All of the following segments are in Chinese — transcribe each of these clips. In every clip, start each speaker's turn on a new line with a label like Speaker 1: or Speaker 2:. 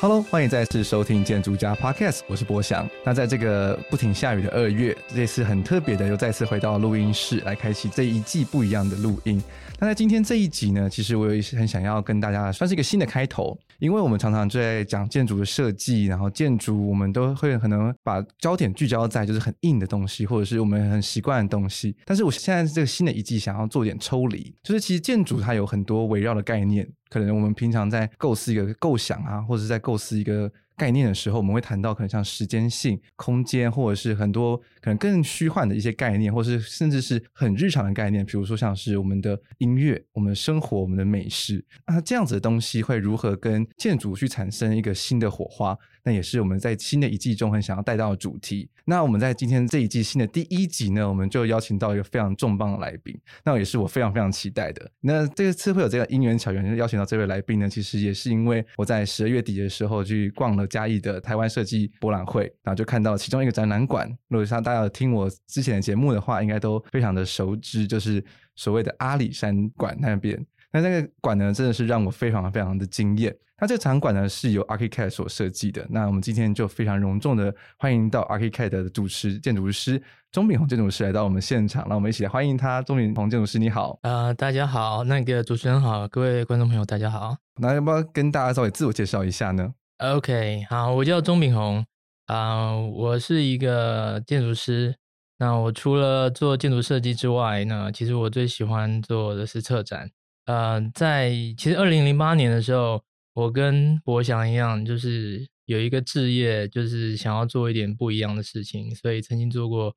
Speaker 1: Hello，欢迎再次收听《建筑家 Podcast》，我是博翔。那在这个不停下雨的二月，这次很特别的又再次回到录音室来开启这一季不一样的录音。那在今天这一集呢，其实我有一些很想要跟大家算是一个新的开头，因为我们常常在讲建筑的设计，然后建筑我们都会可能把焦点聚焦在就是很硬的东西，或者是我们很习惯的东西。但是我现在这个新的一季想要做点抽离，就是其实建筑它有很多围绕的概念，可能我们平常在构思一个构想啊，或者是在构思一个。概念的时候，我们会谈到可能像时间性、空间，或者是很多可能更虚幻的一些概念，或是甚至是很日常的概念，比如说像是我们的音乐、我们的生活、我们的美食，那这样子的东西会如何跟建筑去产生一个新的火花？那也是我们在新的一季中很想要带到的主题。那我们在今天这一季新的第一集呢，我们就邀请到一个非常重磅的来宾，那也是我非常非常期待的。那这次会有这个因缘巧缘邀请到这位来宾呢，其实也是因为我在十二月底的时候去逛了嘉义的台湾设计博览会，然后就看到其中一个展览馆。如果像大家有听我之前的节目的话，应该都非常的熟知，就是所谓的阿里山馆那边。那那个馆呢，真的是让我非常非常的惊艳。那这个场馆呢，是由 Archicad 所设计的。那我们今天就非常隆重的欢迎到 Archicad 的主持建筑师钟炳宏建筑师来到我们现场，让我们一起来欢迎他。钟炳宏建筑师，你好。
Speaker 2: 呃，大家好，那个主持人好，各位观众朋友大家好。
Speaker 1: 那要不要跟大家稍微自我介绍一下呢？
Speaker 2: OK，好，我叫钟炳宏啊、呃我是一个建筑师。那我除了做建筑设计之外呢，其实我最喜欢做的是策展。呃，在其实二零零八年的时候，我跟博翔一样，就是有一个志业，就是想要做一点不一样的事情，所以曾经做过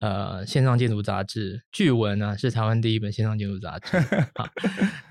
Speaker 2: 呃线上建筑杂志，据闻呢、是台湾第一本线上建筑杂志。好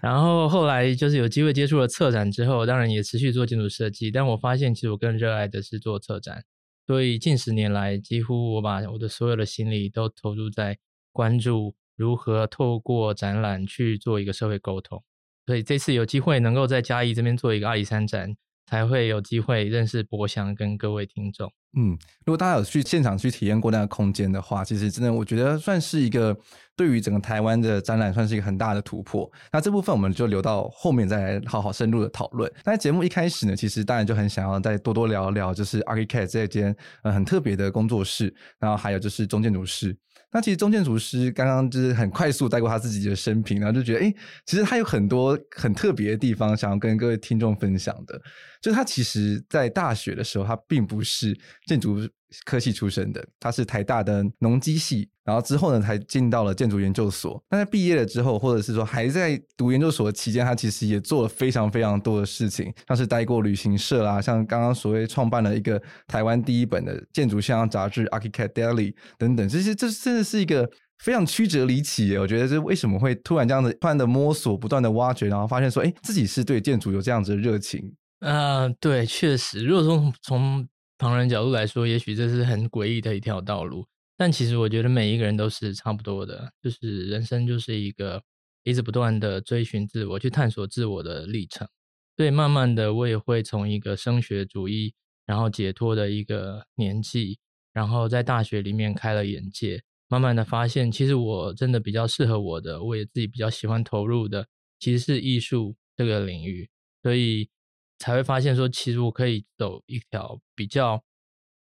Speaker 2: 然后后来就是有机会接触了策展之后，当然也持续做建筑设计，但我发现其实我更热爱的是做策展，所以近十年来，几乎我把我的所有的心力都投入在关注如何透过展览去做一个社会沟通。所以这次有机会能够在嘉义这边做一个阿里山展，才会有机会认识博翔跟各位听众。
Speaker 1: 嗯，如果大家有去现场去体验过那个空间的话，其实真的我觉得算是一个对于整个台湾的展览算是一个很大的突破。那这部分我们就留到后面再来好好深入的讨论。那在节目一开始呢，其实当然就很想要再多多聊聊，就是 Archicad 这间呃很特别的工作室，然后还有就是中建筑师。那其实钟建筑师刚刚就是很快速带过他自己的生平，然后就觉得，哎、其实他有很多很特别的地方想要跟各位听众分享的。就是他其实，在大学的时候，他并不是建筑科系出身的，他是台大的农机系，然后之后呢，才进到了建筑研究所。那在毕业了之后，或者是说还在读研究所期间，他其实也做了非常非常多的事情，像是待过旅行社啊，像刚刚所谓创办了一个台湾第一本的建筑相杂志《Archicad Daily》等等，这些这真的是一个。非常曲折离奇耶，我觉得这为什么会突然这样子，突然的摸索，不断的挖掘，然后发现说，哎，自己是对建筑有这样子的热情，
Speaker 2: 呃，对，确实，如果从从旁人角度来说，也许这是很诡异的一条道路，但其实我觉得每一个人都是差不多的，就是人生就是一个一直不断的追寻自我、去探索自我的历程。所以慢慢的，我也会从一个升学主义，然后解脱的一个年纪，然后在大学里面开了眼界，慢慢的发现，其实我真的比较适合我的，我也自己比较喜欢投入的，其实是艺术这个领域。所以才会发现说，其实我可以走一条比较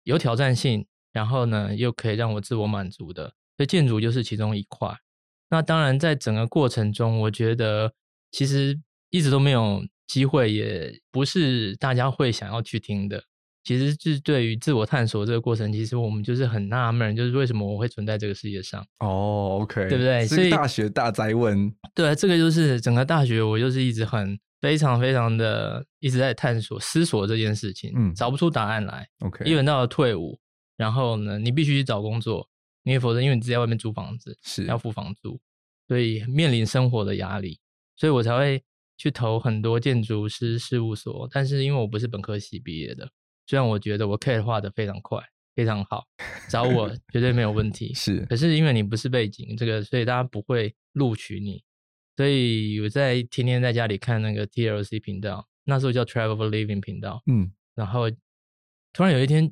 Speaker 2: 有挑战性，然后呢又可以让我自我满足的，所以建筑就是其中一块。那当然，在整个过程中，我觉得其实一直都没有机会，也不是大家会想要去听的。其实是对于自我探索这个过程，其实我们就是很纳闷，就是为什么我会存在这个世界上。
Speaker 1: 哦，OK，
Speaker 2: 对不对
Speaker 1: 是
Speaker 2: 所以
Speaker 1: 大学大灾问，
Speaker 2: 对，这个就是整个大学，我就是一直很非常非常的一直在探索、思索这件事情，
Speaker 1: 嗯
Speaker 2: 找不出答案来。
Speaker 1: OK，
Speaker 2: 一 n 到了退伍，然后呢，你必须去找工作，你否则因为你自己在外面租房子，
Speaker 1: 是
Speaker 2: 要付房租，所以面临生活的压力，所以我才会去投很多建筑师事务所。但是因为我不是本科系毕业的，虽然我觉得我 K 画的非常快，非常好，找我绝对没有问题。
Speaker 1: 是
Speaker 2: 可是因为你不是背景，这个所以大家不会录取你。所以我在天天在家里看那个 TLC 频道，那时候叫 Travel for Living 频道，
Speaker 1: 嗯
Speaker 2: 然后突然有一天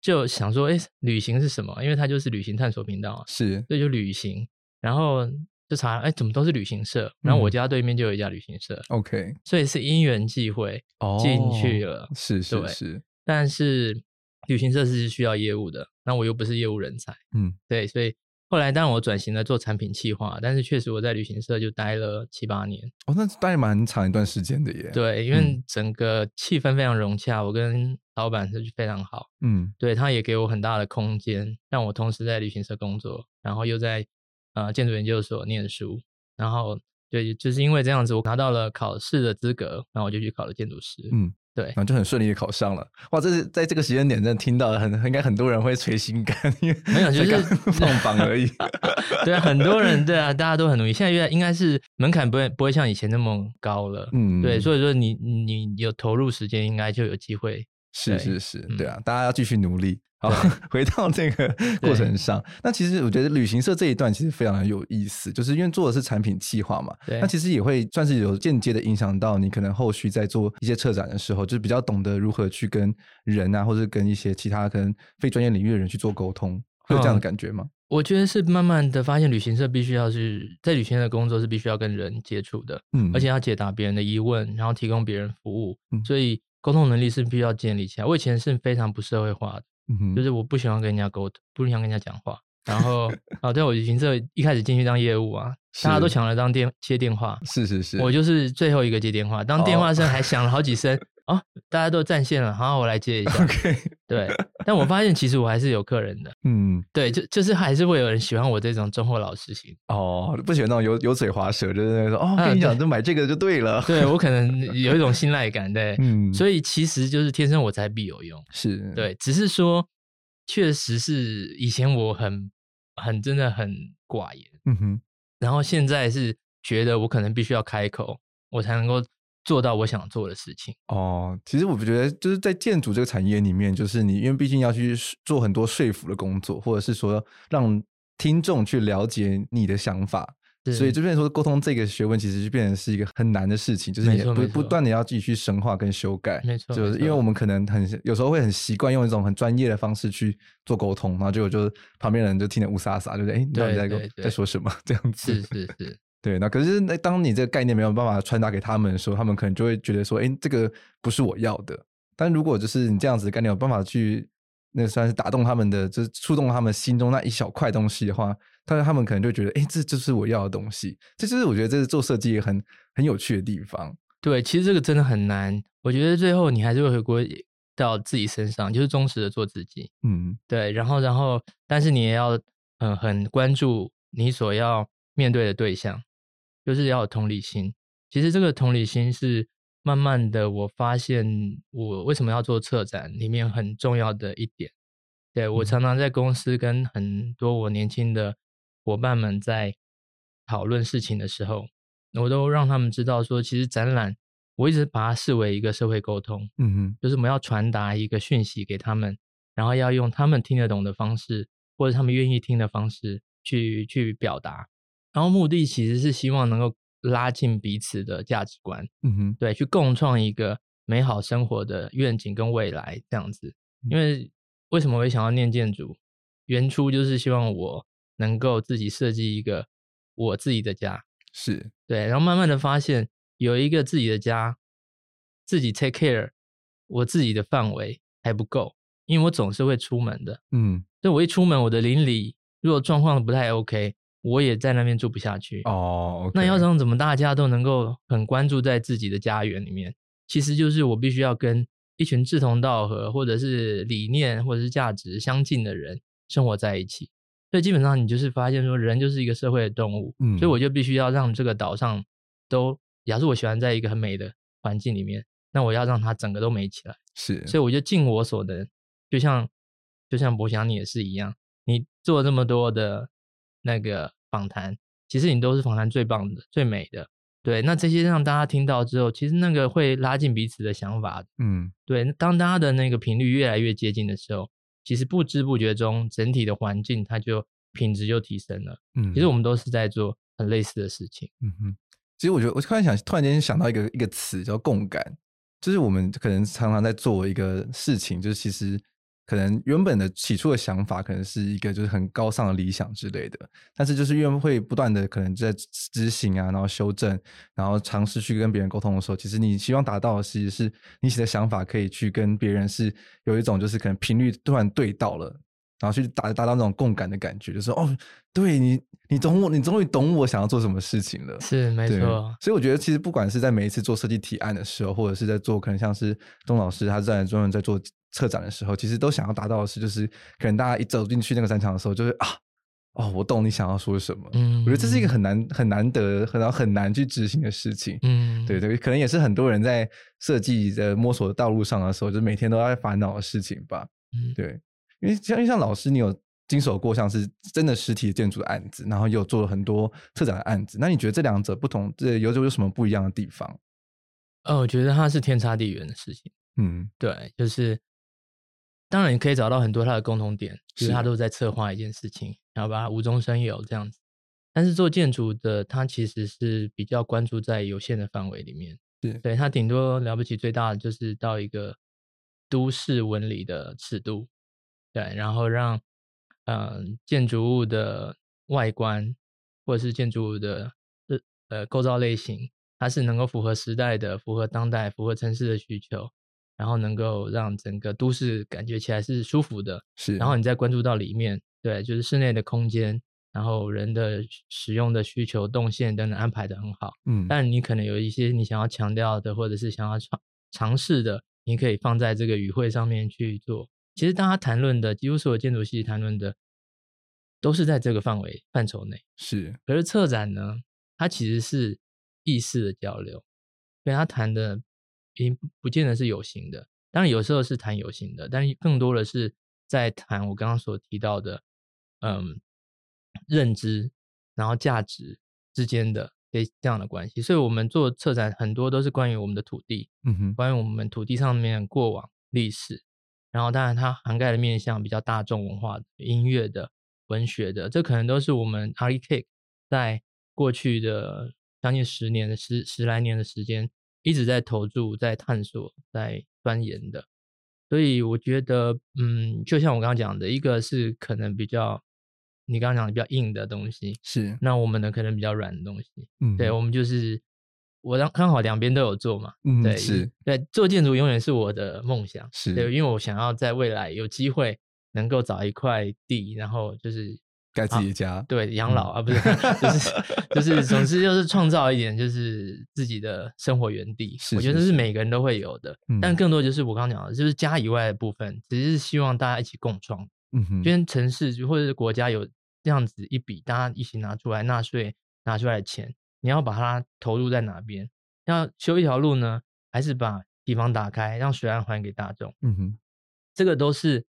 Speaker 2: 就想说，哎，旅行是什么？因为它就是旅行探索频道啊，
Speaker 1: 是
Speaker 2: 所以就旅行。然后就查，哎，怎么都是旅行社？然后
Speaker 1: 嗯
Speaker 2: 我家对面就有一家旅行社，
Speaker 1: OK，
Speaker 2: 所以是因缘际会
Speaker 1: 哦
Speaker 2: 进去了。
Speaker 1: 是是
Speaker 2: 对
Speaker 1: 是，
Speaker 2: 但是旅行社是需要业务的，那我又不是业务人才，
Speaker 1: 嗯，
Speaker 2: 对，所以后来当然我转型了做产品企划，但是确实我在旅行社就待了七八年，
Speaker 1: 哦，那待蛮长一段时间的耶。，
Speaker 2: 对，因为整个气氛非常融洽，我跟老板是非常好，
Speaker 1: 嗯，
Speaker 2: 对，他也给我很大的空间，让我同时在旅行社工作，然后又在呃建筑研究所念书，然后对，就是因为这样子，我拿到了考试的资格，然后我就去考了建筑师，
Speaker 1: 嗯，
Speaker 2: 对
Speaker 1: 然，后就很顺利的考上了。哇，这是在这个时间点，真的听到了很应该很多人会捶心肝，因为
Speaker 2: 没有就是
Speaker 1: 才刚放榜而 已。
Speaker 2: 对啊，很多人对啊，大家都很努力。现在越来应该是门槛不会不会像以前那么高了。
Speaker 1: 嗯，
Speaker 2: 对，所以说你你有投入时间，应该就有机会。
Speaker 1: 是
Speaker 2: 对
Speaker 1: 是是，
Speaker 2: 嗯
Speaker 1: 对啊，大家要继续努力。好，回到这个过程上，那其实我觉得旅行社这一段其实非常有意思，就是因为做的是产品企划嘛，
Speaker 2: 对
Speaker 1: 那其实也会算是有间接的影响到你可能后续在做一些策展的时候，就是比较懂得如何去跟人啊，或者跟一些其他可能非专业领域的人去做沟通，会有这样的
Speaker 2: 嗯
Speaker 1: 感觉吗？
Speaker 2: 我觉得是慢慢的发现，旅行社必须要是在旅行社的工作是必须要跟人接触的，
Speaker 1: 嗯，
Speaker 2: 而且要解答别人的疑问，然后提供别人服务，
Speaker 1: 嗯
Speaker 2: 所以沟通能力是必须要建立起来。我以前是非常不社会化的，
Speaker 1: 嗯哼
Speaker 2: 就是我不喜欢跟人家沟通，不喜欢跟人家讲话。然后啊，对我旅行社一开始进去当业务啊，大家都
Speaker 1: 是
Speaker 2: 抢着当电接电话，
Speaker 1: 是是是，
Speaker 2: 我就是最后一个接电话，当电话声还响了好几声，哦，大家都占线了，好，我来接一下。
Speaker 1: OK，
Speaker 2: 对，但我发现其实我还是有客人的，
Speaker 1: 嗯，
Speaker 2: 对，就就是还是会有人喜欢我这种忠厚老实型。
Speaker 1: 哦，不喜欢那种油油嘴滑舌，就是那种说哦，跟你讲，
Speaker 2: 嗯对
Speaker 1: 就买这个就对了，
Speaker 2: 对我可能有一种信赖感，对，
Speaker 1: 嗯，以
Speaker 2: 所以其实就是天生我材必有用，
Speaker 1: 是，，
Speaker 2: 对，只是说确实是以前我很很真的很寡言，
Speaker 1: 嗯哼，
Speaker 2: 然后现在是觉得我可能必须要开口，我才能够做到我想做的事情。
Speaker 1: 哦，其实我觉得就是在建筑这个产业里面，就是你因为毕竟要去说做很多说服的工作，或者是说让听众去了解你的想法，
Speaker 2: 是
Speaker 1: 所以就变成说沟通这个学问其实就变成是一个很难的事情，就是你
Speaker 2: 没错
Speaker 1: 不
Speaker 2: 没
Speaker 1: 不
Speaker 2: 错
Speaker 1: 断的要自己去深化跟修改。
Speaker 2: 没错，
Speaker 1: 就是
Speaker 2: 没
Speaker 1: 因为
Speaker 2: 错
Speaker 1: 我们可能很有时候会很习惯用一种很专业的方式去做沟通，然后结果就是旁边的人就听得乌撒撒，就是哎，诶你到底
Speaker 2: 对
Speaker 1: 在跟
Speaker 2: 对
Speaker 1: 我在
Speaker 2: 对
Speaker 1: 说什么 这样子？
Speaker 2: 是是是，
Speaker 1: 对，那可是那当你这个概念没有办法传达给他们的时候，他们可能就会觉得说，哎，这个不是我要的。但如果就是你这样子的概念有办法去，那算是打动他们的，就是触动他们心中那一小块东西的话，他他们可能就觉得，哎，这就是我要的东西。这就是我觉得这是做设计很很有趣的地方。
Speaker 2: 对，其实这个真的很难。我觉得最后你还是会回归到自己身上，就是忠实的做自己。
Speaker 1: 嗯，
Speaker 2: 对，然后然后，但是你也要嗯、呃很关注你所要面对的对象，就是要有同理心。其实这个同理心是慢慢的，我发现我为什么要做策展里面很重要的一点。对
Speaker 1: 嗯
Speaker 2: 我常常在公司跟很多我年轻的伙伴们在讨论事情的时候，我都让他们知道说，其实展览我一直把它视为一个社会沟通，
Speaker 1: 嗯哼，
Speaker 2: 就是我们要传达一个讯息给他们，然后要用他们听得懂的方式，或者他们愿意听的方式去去表达。然后目的其实是希望能够拉近彼此的价值观，
Speaker 1: 嗯哼，
Speaker 2: 对，去共创一个美好生活的愿景跟未来这样子。因为为什么会想要念建筑？原初就是希望我能够自己设计一个我自己的家，
Speaker 1: 是，
Speaker 2: 对，然后慢慢的发现有一个自己的家，自己 take care 我自己的范围还不够，因为我总是会出门的。
Speaker 1: 嗯，
Speaker 2: 所以我一出门，我的邻里如果状况不太 OK，我也在那边住不下去。
Speaker 1: 哦，
Speaker 2: 那
Speaker 1: OK
Speaker 2: 要让怎么大家都能够很关注在自己的家园里面，其实就是我必须要跟一群志同道合，或者是理念或者是价值相近的人生活在一起。所以基本上你就是发现说，人就是一个社会的动物，
Speaker 1: 嗯
Speaker 2: 所以我就必须要让这个岛上都，假设我喜欢在一个很美的环境里面，那我要让它整个都美起来。
Speaker 1: 是，
Speaker 2: 所以我就尽我所能，就像就像博翔你也是一样，你做这么多的那个访谈，其实你都是访谈最棒的、最美的。对，那这些让大家听到之后，其实那个会拉近彼此的想法。
Speaker 1: 嗯，
Speaker 2: 对，那当大家的那个频率越来越接近的时候，其实不知不觉中，整体的环境它就品质就提升了。
Speaker 1: 嗯，
Speaker 2: 其实我们都是在做很类似的事情。
Speaker 1: 嗯哼，其实我觉得我突然想，突然间想到一个一个词叫共感，就是我们可能常常在做一个事情，就是其实可能原本的起初的想法可能是一个就是很高尚的理想之类的，但是就是因为会不断的可能在执行啊，然后修正，然后尝试去跟别人沟通的时候，其实你希望达到的其实是你写的想法可以去跟别人是有一种就是可能频率突然对到了。然后去达达到那种共感的感觉，就是哦，对你，你懂我，你终于懂我想要做什么事情了。
Speaker 2: 是没
Speaker 1: 对
Speaker 2: 错，
Speaker 1: 所以我觉得其实不管是在每一次做设计提案的时候，或者是在做可能像是东老师他在专门在做策展的时候，其实都想要达到的是，就是可能大家一走进去那个战场的时候，就是啊，哦，我懂你想要说什么。
Speaker 2: 嗯，
Speaker 1: 我觉得这是一个很难很难得，很难很难去执行的事情。
Speaker 2: 嗯，
Speaker 1: 对对，可能也是很多人在设计的摸索的道路上的时候，就是每天都在烦恼的事情吧。
Speaker 2: 嗯
Speaker 1: 对，因为像像老师，你有经手过像是真的实体建筑的案子，然后也有做了很多策展的案子，那你觉得这两者不同，这有有什么不一样的地方？
Speaker 2: 呃，我觉得它是天差地远的事情。
Speaker 1: 嗯，
Speaker 2: 对，就是当然你可以找到很多它的共同点，就是
Speaker 1: 是
Speaker 2: 它都在策划一件事情，然后把它无中生有这样子。但是做建筑的，它其实是比较关注在有限的范围里面，
Speaker 1: 是
Speaker 2: 对它顶多了不起最大的就是到一个都市纹理的尺度，对，然后让嗯、呃建筑物的外观或者是建筑物的呃呃构造类型，它是能够符合时代的、符合当代、符合城市的需求，然后能够让整个都市感觉起来是舒服的。
Speaker 1: 是，
Speaker 2: 然后你再关注到里面，对，就是室内的空间，然后人的使用的需求、动线等等安排的很好。
Speaker 1: 嗯，
Speaker 2: 但你可能有一些你想要强调的，或者是想要尝尝试的，你可以放在这个语汇上面去做。其实大家谈论的，几乎所有建筑系谈论的，都是在这个范围范畴内。
Speaker 1: 是
Speaker 2: 可是策展呢，它其实是意识的交流，所以它谈的并不不见得是有形的。当然有时候是谈有形的，但是更多的是在谈我刚刚所提到的，嗯，认知，然后价值之间的这这样的关系。所以我们做策展很多都是关于我们的土地，
Speaker 1: 嗯哼，
Speaker 2: 关于我们土地上面过往历史，然后当然它涵盖的面向比较大众文化的、音乐的、文学的，这可能都是我们 r e k 在过去的将近十年的十十来年的时间一直在投注、在探索、在钻研的。所以我觉得，嗯，就像我刚刚讲的，一个是可能比较你刚刚讲的比较硬的东西，
Speaker 1: 是，
Speaker 2: 那我们呢可能比较软的东西。
Speaker 1: 嗯，
Speaker 2: 对，，我们就是我刚刚好两边都有做嘛，
Speaker 1: 嗯，
Speaker 2: 对，
Speaker 1: 是
Speaker 2: 对，做建筑永远是我的梦想，
Speaker 1: 是
Speaker 2: 对，因为我想要在未来有机会能够找一块地，然后就是
Speaker 1: 盖自
Speaker 2: 啊
Speaker 1: 己的家，
Speaker 2: 对养
Speaker 1: 嗯
Speaker 2: 老、啊，不是，就是 就是，总之就是创造一点就是自己的生活园地，
Speaker 1: 是
Speaker 2: 我觉得
Speaker 1: 是
Speaker 2: 这是
Speaker 1: 是
Speaker 2: 每个人都会有的，
Speaker 1: 嗯
Speaker 2: 但更多就是我刚刚讲的，就是家以外的部分，只是希望大家一起共创。
Speaker 1: 嗯哼，
Speaker 2: 就跟城市就或者是国家有这样子一笔，大家一起拿出来纳税拿出来的钱，你要把它投入在哪边？要修一条路呢，还是把地方打开，让水岸还给大众？
Speaker 1: 嗯哼，
Speaker 2: 这个都是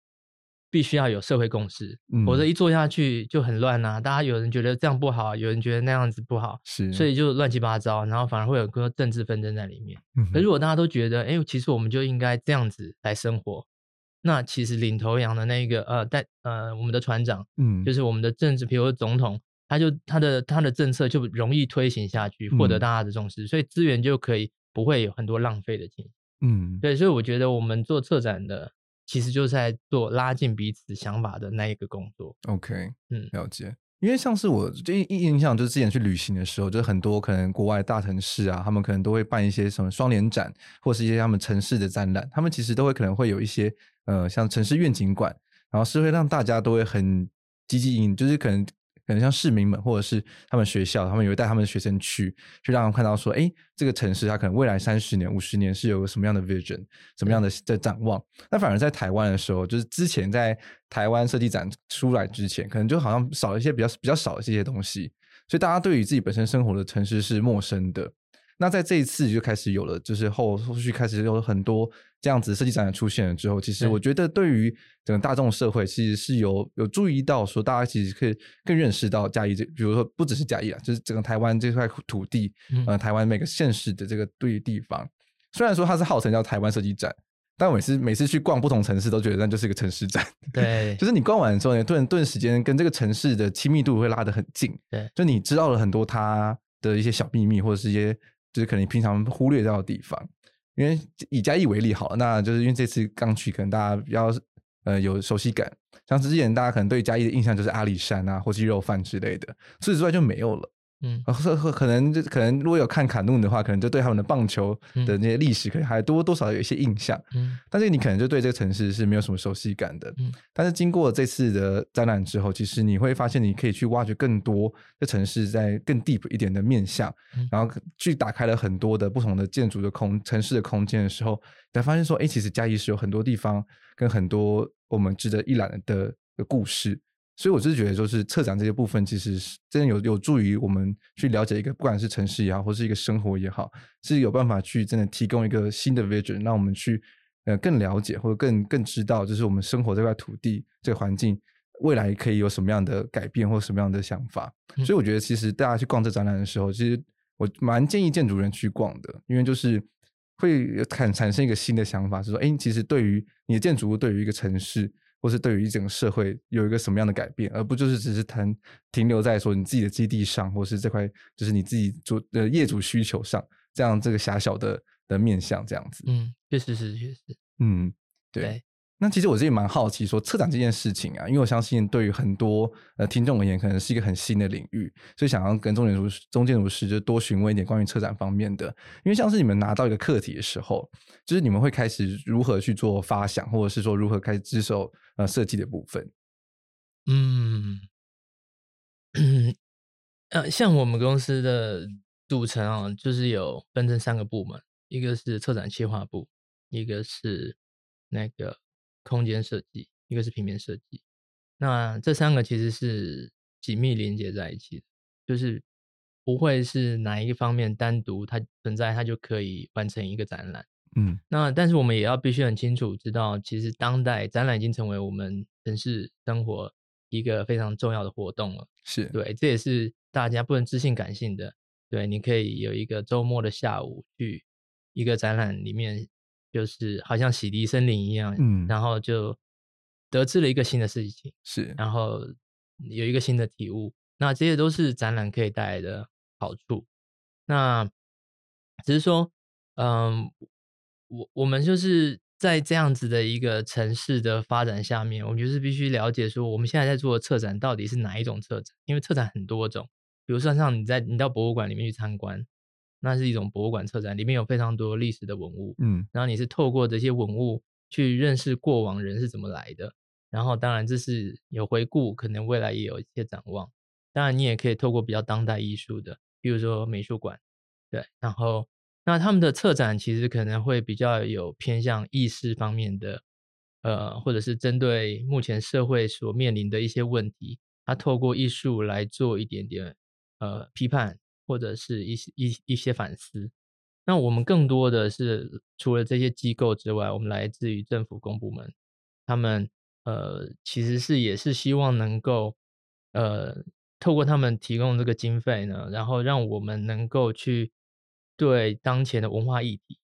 Speaker 2: 必须要有社会共识，
Speaker 1: 嗯
Speaker 2: 否则一做下去就很乱啊！大家有人觉得这样不好，有人觉得那样子不好，
Speaker 1: 是，
Speaker 2: 所以就乱七八糟，然后反而会有很多政治纷争在里面。
Speaker 1: 嗯哼，
Speaker 2: 可如果大家都觉得，哎、其实我们就应该这样子来生活，那其实领头羊的那个呃带呃我们的船长，
Speaker 1: 嗯，
Speaker 2: 就是我们的政治，比如说总统，他就他的他的政策就容易推行下去，获得
Speaker 1: 嗯
Speaker 2: 大家的重视，所以资源就可以不会有很多浪费的情形。
Speaker 1: 嗯，
Speaker 2: 对，所以我觉得我们做策展的，其实就是在做拉近彼此想法的那一个工作。
Speaker 1: OK，
Speaker 2: 嗯
Speaker 1: 了解。因为像是我就一一印象，就是之前去旅行的时候，就是很多可能国外大城市啊，他们可能都会办一些什么双联展，或是一些他们城市的展览，他们其实都会可能会有一些呃，像城市愿景馆，然后是会让大家都会很积极应，就是可能可能像市民们或者是他们学校，他们也会带他们的学生去，去让他们看到说，哎，这个城市它可能未来三十年、五十年是有什么样的 vision，什么样的的展望。那反而在台湾的时候，就是之前在台湾设计展出来之前，可能就好像少了一些比较比较少的这些东西，所以大家对于自己本身生活的城市是陌生的。那在这一次就开始有了，就是后后续开始有很多这样子设计展览出现了之后，其实
Speaker 2: 对
Speaker 1: 我觉得对于整个大众社会其实是有有注意到说，大家其实可以更认识到嘉义这，比如说不只是嘉义啊，就是整个台湾这块土地，
Speaker 2: 嗯
Speaker 1: 呃，台湾每个县市的这个对于地方，虽然说它是号称叫台湾设计展，但我每次每次去逛不同城市，都觉得那就是一个城市展。
Speaker 2: 对，
Speaker 1: 就是你逛完之后呢，顿顿时间跟这个城市的亲密度会拉得很近。
Speaker 2: 对
Speaker 1: 就你知道了很多它的一些小秘密，或者是一些就是可能你平常忽略掉的地方。因为以嘉义为例好了，那就是因为这次刚去，可能大家比较呃有熟悉感。像之前大家可能对嘉义的印象就是阿里山啊或鸡肉饭之类的，除此之外就没有了。
Speaker 2: 嗯
Speaker 1: 啊，可可可能就可能如果有看卡努的话，可能就对他们的棒球的那些历史，可能还多多少有一些印象。
Speaker 2: 嗯
Speaker 1: 但是你可能就对这个城市是没有什么熟悉感的。
Speaker 2: 嗯
Speaker 1: 但是经过这次的展览之后，其实你会发现你可以去挖掘更多这城市在更 deep 一点的面向，
Speaker 2: 嗯
Speaker 1: 然后去打开了很多的不同的建筑的空城市的空间的时候，你才发现说，哎，其实嘉义是有很多地方跟很多我们值得一览的的故事。所以我是觉得，就是策展这些部分，其实是真的有有助于我们去了解一个，不管是城市也好，或是一个生活也好，是有办法去真的提供一个新的 vision，让我们去呃更了解或者更更知道，就是我们生活这块土地这个环境未来可以有什么样的改变或什么样的想法。
Speaker 2: 嗯
Speaker 1: 所以我觉得，其实大家去逛这展览的时候，其实我蛮建议建筑人去逛的，因为就是会产产生一个新的想法，是说，哎，其实对于你的建筑物，对于一个城市，或是对于一整个社会，有一个什么样的改变，而不就是只是谈停留在说你自己的基地上，或是这块就是你自己主呃业主需求上，这样这个狭小的的面向这样子。
Speaker 2: 嗯，确实是确实是
Speaker 1: 嗯，对。
Speaker 2: 对
Speaker 1: 那其实我自己蛮好奇，说策展这件事情啊，因为我相信对于很多呃听众而言，可能是一个很新的领域，所以想要跟钟建如钟建如师就多询问一点关于策展方面的。因为像是你们拿到一个课题的时候，就是你们会开始如何去做发想，或者是说如何开始接手呃设计的部分。
Speaker 2: 嗯，呃，像我们公司的组成啊，就是有分成三个部门，一个是策展企划部，一个是那个空间设计，一个是平面设计。那这三个其实是紧密连接在一起的，就是不会是哪一个方面单独它存在，它就可以完成一个展览。
Speaker 1: 嗯
Speaker 2: 那但是我们也要必须很清楚知道，其实当代展览已经成为我们城市生活一个非常重要的活动了。
Speaker 1: 是
Speaker 2: 对，这也是大家不能知性感性的。对，你可以有一个周末的下午去一个展览里面，就是好像洗涤森林一样，
Speaker 1: 嗯
Speaker 2: 然后就得知了一个新的事情，
Speaker 1: 是
Speaker 2: 然后有一个新的体悟。那这些都是展览可以带来的好处。那只是说，嗯，我我们就是在这样子的一个城市的发展下面，我们就是必须了解说，我们现在在做的策展到底是哪一种策展？因为策展很多种，比如说像你在你到博物馆里面去参观，那是一种博物馆策展，里面有非常多历史的文物，
Speaker 1: 嗯
Speaker 2: 然后你是透过这些文物去认识过往人是怎么来的，然后当然这是有回顾，可能未来也有一些展望。当然，你也可以透过比较当代艺术的，比如说美术馆，对，然后那他们的策展其实可能会比较有偏向意识方面的，呃，或者是针对目前社会所面临的一些问题，它透过艺术来做一点点呃批判或者是一些一一些反思。那我们更多的是除了这些机构之外，我们来自于政府公部门，他们呃其实是也是希望能够呃透过他们提供这个经费呢，然后让我们能够去对当前的文化议题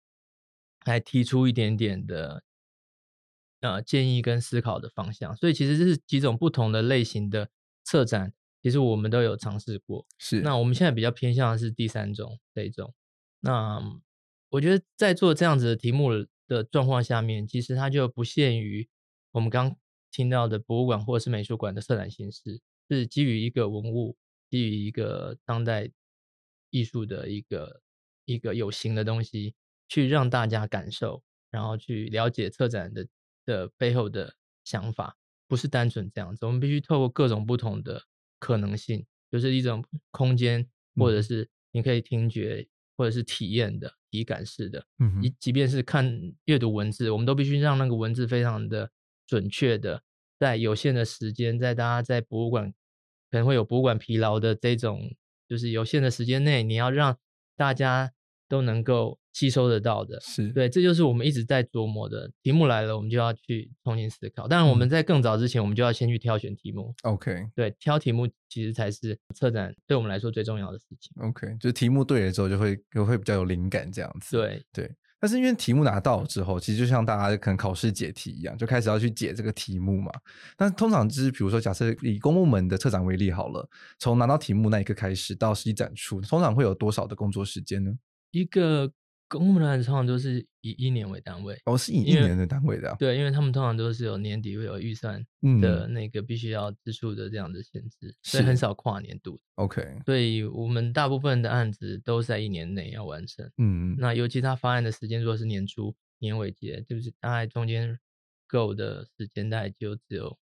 Speaker 2: 来提出一点点的呃建议跟思考的方向。所以其实这是几种不同的类型的策展，其实我们都有尝试过。
Speaker 1: 是
Speaker 2: 那我们现在比较偏向的是第三种这一种。那我觉得在做这样子的题目的状况下面，其实它就不限于我们刚听到的博物馆或者是美术馆的策展形式，是基于一个文物，基于一个当代艺术的一个一个有形的东西，去让大家感受，然后去了解策展的的背后的想法，不是单纯这样子，我们必须透过各种不同的可能性，就是一种空间，或者
Speaker 1: 嗯
Speaker 2: 是你可以听觉，或者是体验的、体感式的，
Speaker 1: 嗯哼
Speaker 2: 你即便是看阅读文字，我们都必须让那个文字非常的准确的，在有限的时间，在大家在博物馆可能会有博物馆疲劳的这种，就是有限的时间内，你要让大家都能够吸收得到的。
Speaker 1: 是
Speaker 2: 对，这就是我们一直在琢磨的题目来了，我们就要去重新思考。当然，我们在更早之前，我们就要先去挑选题目。
Speaker 1: OK
Speaker 2: 对，挑题目其实才是策展对我们来说最重要的事情。
Speaker 1: OK，就是题目对了之后就会就会比较有灵感这样子。
Speaker 2: 对，
Speaker 1: 但是因为题目拿到之后，其实就像大家可能考试解题一样，就开始要去解这个题目嘛。但通常就是比如说，假设以公部门的策展为例好了，从拿到题目那一刻开始到实际展出，通常会有多少的工作时间呢？
Speaker 2: 一个公务人员通常都是以一年为单位，
Speaker 1: 哦，是以一
Speaker 2: 因为
Speaker 1: 年的单位的、啊，
Speaker 2: 对，因为他们通常都是有年底会有预算
Speaker 1: 嗯
Speaker 2: 的那个必须要支出的这样的限制，所
Speaker 1: 是
Speaker 2: 以很少跨年度。
Speaker 1: ，OK，
Speaker 2: 所以我们大部分的案子都在一年内要完成。
Speaker 1: 嗯，
Speaker 2: 那尤其他发案的时间如果是年初、年尾结，就是大概中间够的时间大概就只有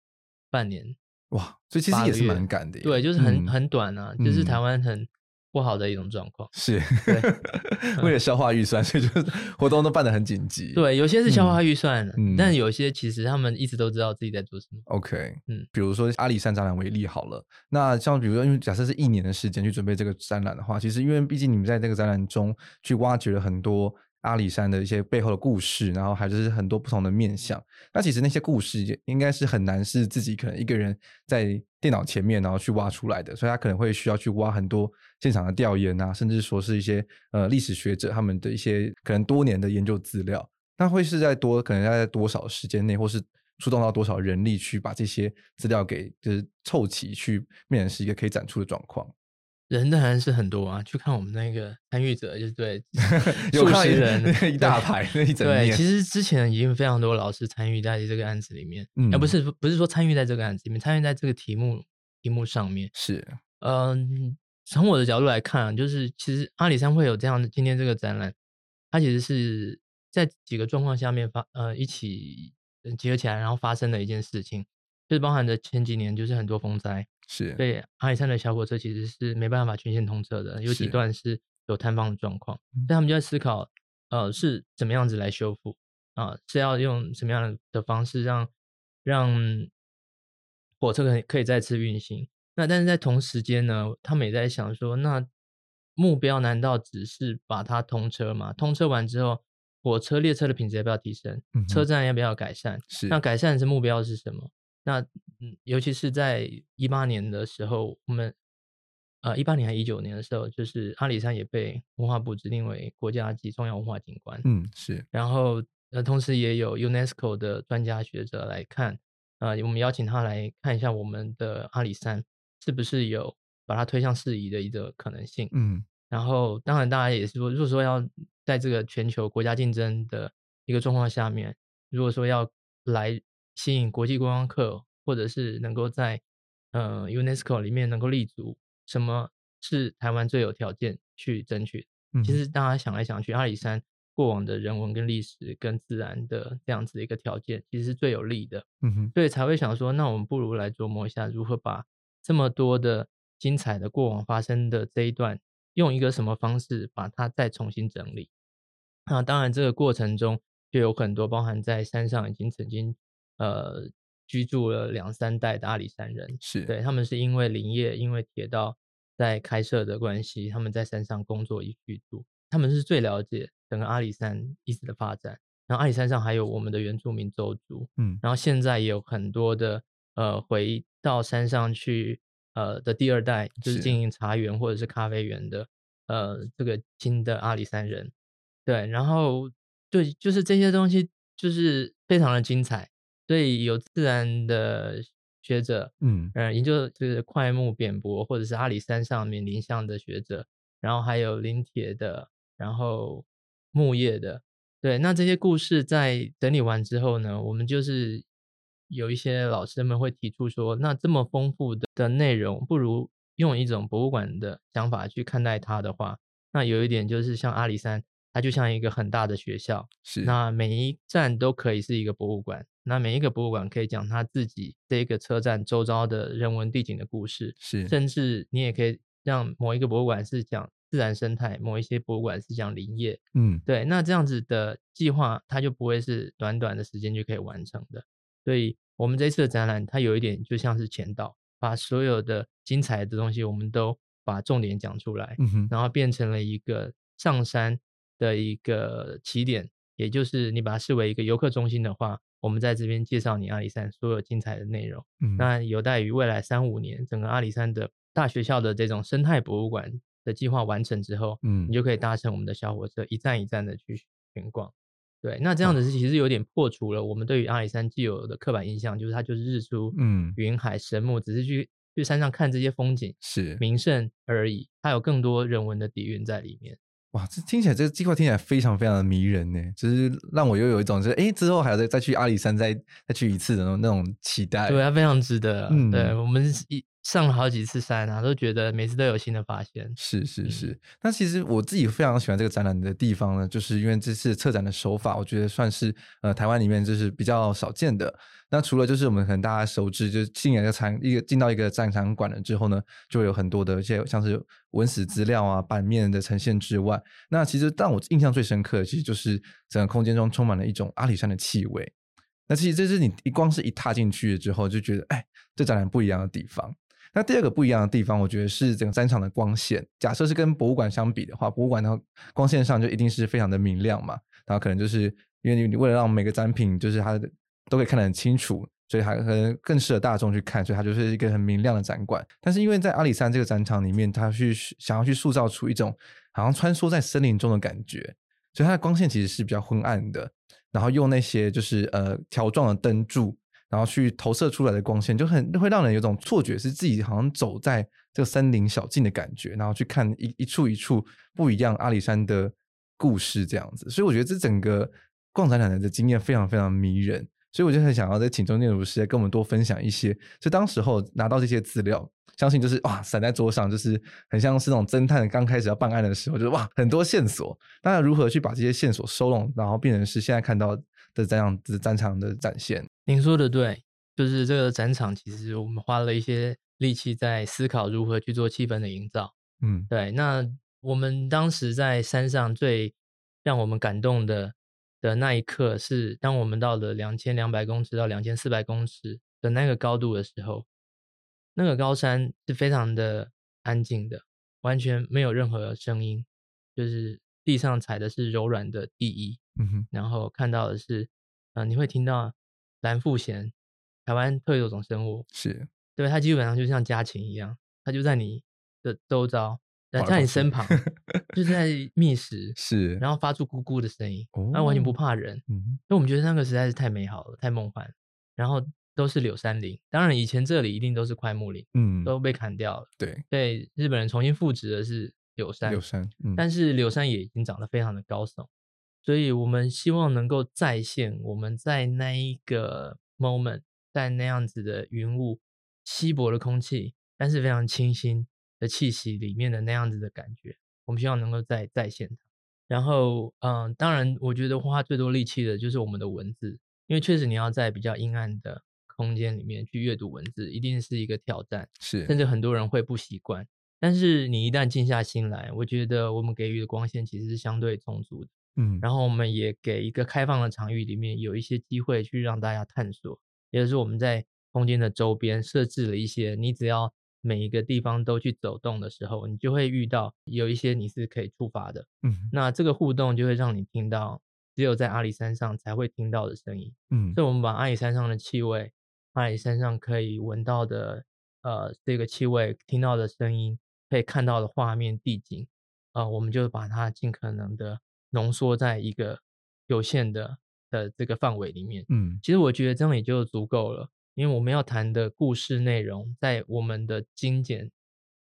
Speaker 2: 半年。
Speaker 1: 哇，所以其实
Speaker 2: 八
Speaker 1: 也
Speaker 2: 个
Speaker 1: 是
Speaker 2: 月
Speaker 1: 蛮赶的耶，
Speaker 2: 对，就是很、
Speaker 1: 嗯
Speaker 2: 很短啊，就是台
Speaker 1: 嗯
Speaker 2: 湾很不好的一种状况。
Speaker 1: 是
Speaker 2: 对
Speaker 1: 为了消化预算， 所以就是活动都办得很紧急，
Speaker 2: 对，有些是消化预算的，
Speaker 1: 嗯
Speaker 2: 但有些其实他们一直都知道自己在做什么。
Speaker 1: ，OK，嗯
Speaker 2: 嗯，
Speaker 1: 比如说阿里山展览为例好了，那像比如说，因为假设是一年的时间去准备这个展览的话，其实因为毕竟你们在这个展览中去挖掘了很多。阿里山的一些背后的故事，然后还就是很多不同的面向。那其实那些故事也应该是很难是自己可能一个人在电脑前面然后去挖出来的，所以他可能会需要去挖很多现场的调研啊，甚至说是一些呃历史学者他们的一些可能多年的研究资料。那会是在多可能要在多少时间内，或是出动到多少人力去把这些资料给就是凑齐，去变成是一个可以展出的状况。
Speaker 2: 人当然是很多啊，去看我们那个参与者，就是对
Speaker 1: 有
Speaker 2: 数
Speaker 1: 看到
Speaker 2: 十
Speaker 1: 一
Speaker 2: 人
Speaker 1: 一大排那一整
Speaker 2: 对，
Speaker 1: 面
Speaker 2: 其实之前已经非常多老师参与在这个案子里面，
Speaker 1: 嗯
Speaker 2: 嗯、不是不是说参与在这个案子里面，参与在这个题目题目上面。
Speaker 1: 是，
Speaker 2: 嗯，从我的角度来看啊，就是其实阿里山会有这样的今天这个展览，它其实是在几个状况下面发呃一起呃结合起来，然后发生的一件事情，就是包含着前几年就是很多风灾，
Speaker 1: 是，
Speaker 2: 所以阿里山的小火车其实是没办法全线通车的，有几
Speaker 1: 是
Speaker 2: 段是有摊方的状况，
Speaker 1: 嗯
Speaker 2: 所以他们就在思考，呃，是怎么样子来修复啊、是要用什么样的方式让让火车可以可以再次运行？那但是在同时间呢，他们也在想说，那目标难道只是把它通车吗？通车完之后，火车列车的品质要不要提升？
Speaker 1: 嗯哼
Speaker 2: 车站要不要改善？
Speaker 1: 是
Speaker 2: 那改善是目标是什么？那嗯，尤其是在一八年的时候，我们呃一八年还一九年的时候，就是阿里山也被文化部指定为国家级重要文化景观，
Speaker 1: 嗯是
Speaker 2: 然后呃同时也有 UNESCO 的专家学者来看，呃我们邀请他来看一下我们的阿里山是不是有把它推向适宜的一个可能性。
Speaker 1: 嗯
Speaker 2: 然后当然大家也是说，如果说要在这个全球国家竞争的一个状况下面，如果说要来吸引国际观光客，或者是能够在呃 UNESCO 里面能够立足，什么是台湾最有条件去争取？
Speaker 1: 嗯
Speaker 2: 其实大家想来想去，阿里山过往的人文跟历史跟自然的这样子的一个条件，其实是最有利的。
Speaker 1: 嗯哼
Speaker 2: 所以才会想说，那我们不如来琢磨一下，如何把这么多的精彩的过往发生的这一段，用一个什么方式把它再重新整理。那当然，这个过程中就有很多包含在山上已经曾经呃居住了两三代的阿里山人，
Speaker 1: 是
Speaker 2: 对他们是因为林业、因为铁道在开设的关系，他们在山上工作与居住，他们是最了解整个阿里山遗址的发展。然后阿里山上还有我们的原住民邹族，
Speaker 1: 嗯
Speaker 2: 然后现在也有很多的呃回到山上去呃的第二代，就是
Speaker 1: 是
Speaker 2: 经营茶园或者是咖啡园的呃这个新的阿里山人，对，然后对，就是这些东西就是非常的精彩，所以有自然的学者，
Speaker 1: 嗯
Speaker 2: 呃，研究就是快木扁柏或者是阿里山上面林相的学者，然后还有林铁的，然后木业的，对，那这些故事在整理完之后呢，我们就是有一些老师们会提出说，那这么丰富的的内容，不如用一种博物馆的想法去看待它的话，那有一点就是像阿里山，它就像一个很大的学校，
Speaker 1: 是
Speaker 2: 那每一站都可以是一个博物馆，那每一个博物馆可以讲它自己这个车站周遭的人文地景的故事，
Speaker 1: 是
Speaker 2: 甚至你也可以让某一个博物馆是讲自然生态，某一些博物馆是讲林业，
Speaker 1: 嗯
Speaker 2: 对，那这样子的计划它就不会是短短的时间就可以完成的，所以我们这一次的展览它有一点就像是前导，把所有的精彩的东西我们都把重点讲出来，
Speaker 1: 嗯哼
Speaker 2: 然后变成了一个上山的一个起点，也就是你把它视为一个游客中心的话，我们在这边介绍你阿里山所有精彩的内容。
Speaker 1: 嗯
Speaker 2: 那有待于未来三五年整个阿里山的大学校的这种生态博物馆的计划完成之后，
Speaker 1: 嗯
Speaker 2: 你就可以搭乘我们的小火车一站一站的去巡逛。对，那这样子是其实有点破除了我们对于阿里山既有的刻板印象，就是它就是日出、
Speaker 1: 嗯
Speaker 2: 云海、神木，只是去去山上看这些风景。
Speaker 1: 是
Speaker 2: 名胜而已，它有更多人文的底蕴在里面。
Speaker 1: 哇，这听起来这个计划听起来非常非常的迷人呢，就是让我又有一种就是哎、诶之后还要再再去阿里山再再去一次的那种那种期待。
Speaker 2: 对，它非常值得啊。
Speaker 1: 嗯
Speaker 2: 对我们是一上了好几次山啊，都觉得每次都有新的发现。
Speaker 1: 是是
Speaker 2: 嗯
Speaker 1: 是，那其实我自己非常喜欢这个展览的地方呢，就是因为这次策展的手法，我觉得算是呃台湾里面就是比较少见的。那除了就是我们可能大家熟知，就是进了一个展一个进到一个展场馆了之后呢，就会有很多的一些像是文史资料啊、版面的呈现之外，那其实让我印象最深刻的，其实就是整个空间中充满了一种阿里山的气味。那其实这是你一光是一踏进去之后，就觉得哎，这展览不一样的地方。那第二个不一样的地方，我觉得是整个战场的光线。假设是跟博物馆相比的话，博物馆它光线上就一定是非常的明亮嘛，然后可能就是因为你你为了让每个展品就是它的都可以看得很清楚，所以还可能更适合大众去看，所以它就是一个很明亮的展馆。但是因为在阿里山这个展场里面，它去想要去塑造出一种好像穿梭在森林中的感觉，所以它的光线其实是比较昏暗的，然后用那些就是呃条状的灯柱，然后去投射出来的光线，就很会让人有种错觉，是自己好像走在这个森林小径的感觉，然后去看一一处一处不一样阿里山的故事这样子。所以我觉得这整个逛展览的经验非常非常迷人，所以我就很想要再请中建筑师来跟我们多分享一些，就当时候拿到这些资料。相信就是哇，散在桌上，就是很像是那种侦探刚开始要办案的时候，就是哇，很多线索，那如何去把这些线索收拢，然后变成是现在看到的这样子战场的展现？
Speaker 2: 您说的对，就是这个展场，其实我们花了一些力气在思考如何去做气氛的营造。
Speaker 1: 嗯
Speaker 2: 对，那我们当时在山上最让我们感动的的那一刻是，当我们到了两千两百公尺到两千四百公尺的那个高度的时候，那个高山是非常的安静的，完全没有任何声音，就是地上踩的是柔软的地衣，
Speaker 1: 嗯哼
Speaker 2: 然后看到的是，嗯、你会听到蓝腹鹇，台湾特有种生物，
Speaker 1: 是
Speaker 2: 对，它基本上就像家禽一样，它就在你的周遭，
Speaker 1: 跑
Speaker 2: 呃
Speaker 1: 来
Speaker 2: 在
Speaker 1: 跑
Speaker 2: 你身
Speaker 1: 去
Speaker 2: 旁，就是在觅食，
Speaker 1: 是，
Speaker 2: 然后发出咕咕的声音，它完全不
Speaker 1: 哦
Speaker 2: 怕人。
Speaker 1: 嗯
Speaker 2: 因为我们觉得那个实在是太美好了，太梦幻了。然后都是柳杉林，当然以前这里一定都是快木林，
Speaker 1: 嗯，
Speaker 2: 都被砍掉了。
Speaker 1: 对，
Speaker 2: 被日本人重新复植的是柳杉，
Speaker 1: 柳山，嗯，
Speaker 2: 但是柳杉也已经长得非常的高耸，所以我们希望能够再现我们在那一个 moment，在那样子的云雾、稀薄的空气，但是非常清新的气息里面的那样子的感觉，我们希望能够再再现它。然后，嗯，当然，我觉得花最多力气的就是我们的文字，因为确实你要在比较阴暗的空间里面去阅读文字，一定是一个挑战。
Speaker 1: 是
Speaker 2: 甚至很多人会不习惯。但是你一旦静下心来，我觉得我们给予的光线其实是相对充足的。
Speaker 1: 嗯，
Speaker 2: 然后我们也给一个开放的场域里面有一些机会去让大家探索，也就是我们在空间的周边设置了一些，你只要每一个地方都去走动的时候，你就会遇到有一些你是可以触发的。
Speaker 1: 嗯
Speaker 2: 那这个互动就会让你听到只有在阿里山上才会听到的声音。
Speaker 1: 嗯
Speaker 2: 所以我们把阿里山上的气味，阿里山上可以闻到的呃这个气味、听到的声音、可以看到的画面、地景，呃，我们就把它尽可能的浓缩在一个有限的的这个范围里面。
Speaker 1: 嗯
Speaker 2: 其实我觉得这样也就足够了，因为我们要谈的故事内容，在我们的精简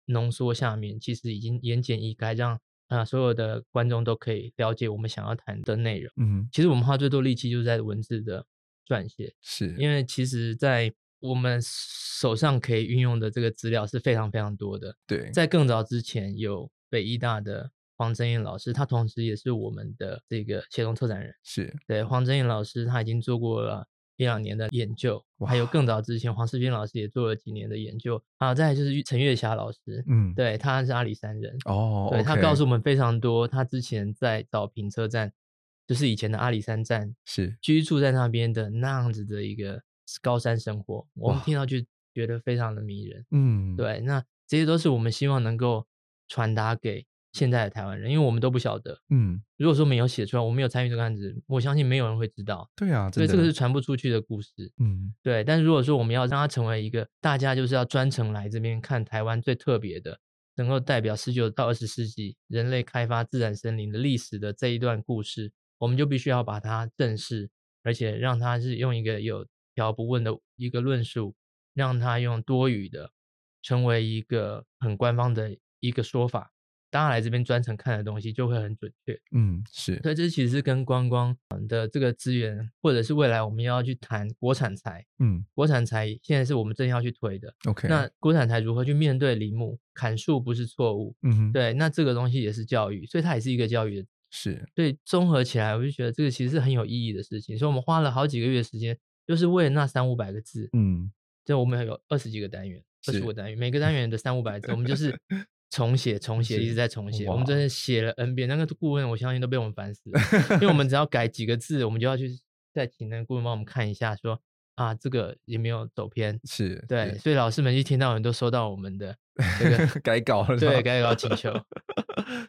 Speaker 2: 浓缩下面，其实已经言简意赅，让啊、呃所有的观众都可以了解我们想要谈的内容。
Speaker 1: 嗯
Speaker 2: 其实我们花最多力气就是在文字的撰写，
Speaker 1: 是，
Speaker 2: 因为其实，在我们手上可以运用的这个资料是非常非常多的。
Speaker 1: 对，
Speaker 2: 在更早之前，有北医大的黄真燕老师，他同时也是我们的这个协同策展人。
Speaker 1: 是
Speaker 2: 对，黄真燕老师他已经做过了一两年的研究，还有
Speaker 1: 哇
Speaker 2: 更早之前，黄世斌老师也做了几年的研究。啊，再来就是陈月霞老师，
Speaker 1: 嗯
Speaker 2: 对，他是阿里山人，
Speaker 1: 哦，
Speaker 2: 对他
Speaker 1: OK，
Speaker 2: 告诉我们非常多，他之前在早平车站，就是以前的阿里山站
Speaker 1: 是
Speaker 2: 居住在那边的那样子的一个高山生活，我们
Speaker 1: 哇
Speaker 2: 听到就觉得非常的迷人。
Speaker 1: 嗯
Speaker 2: 对，那这些都是我们希望能够传达给现在的台湾人，因为我们都不晓得。
Speaker 1: 嗯
Speaker 2: 如果说没有写出来，我没有参与这个案子，我相信没有人会知道，
Speaker 1: 对啊，
Speaker 2: 所
Speaker 1: 真
Speaker 2: 以
Speaker 1: 的
Speaker 2: 这个是传不出去的故事。
Speaker 1: 嗯
Speaker 2: 对，但如果说我们要让它成为一个大家就是要专程来这边看台湾最特别的，能够代表十九到二十世纪人类开发自然森林的历史的这一段故事，我们就必须要把它正视，而且让它是用一个有条不紊的一个论述，让它用多余的成为一个很官方的一个说法，大家来这边专程看的东西就会很准确。
Speaker 1: 嗯，是，
Speaker 2: 所以这其实是跟观光嗯的这个资源，或者是未来我们要去谈国产材，
Speaker 1: 嗯
Speaker 2: 国产材现在是我们正要去推的。
Speaker 1: ，OK，
Speaker 2: 那国产材如何去面对林木？砍树不是错误，
Speaker 1: 嗯哼，，
Speaker 2: 对，那这个东西也是教育，所以它也是一个教育的。
Speaker 1: 是，
Speaker 2: 所以综合起来，我就觉得这个其实是很有意义的事情。所以我们花了好几个月的时间，就是为了那三五百个字，
Speaker 1: 嗯，
Speaker 2: 就我们有二十几个单元，二
Speaker 1: 是
Speaker 2: 十个单元，每个单元的三五百字，我们就是 重写、重写，一
Speaker 1: 是
Speaker 2: 直在重写。我们真
Speaker 1: 哇哦
Speaker 2: 的写了 N 遍，那个顾问我相信都被我们烦死了，因为 我们只要改几个字，我们就要去再请那个顾问帮我们看一下说，啊这个有没有走偏。
Speaker 1: 是，
Speaker 2: 对，所以老师们一听到人都收到我们的这 个
Speaker 1: 是，改稿了，
Speaker 2: 对改稿请求，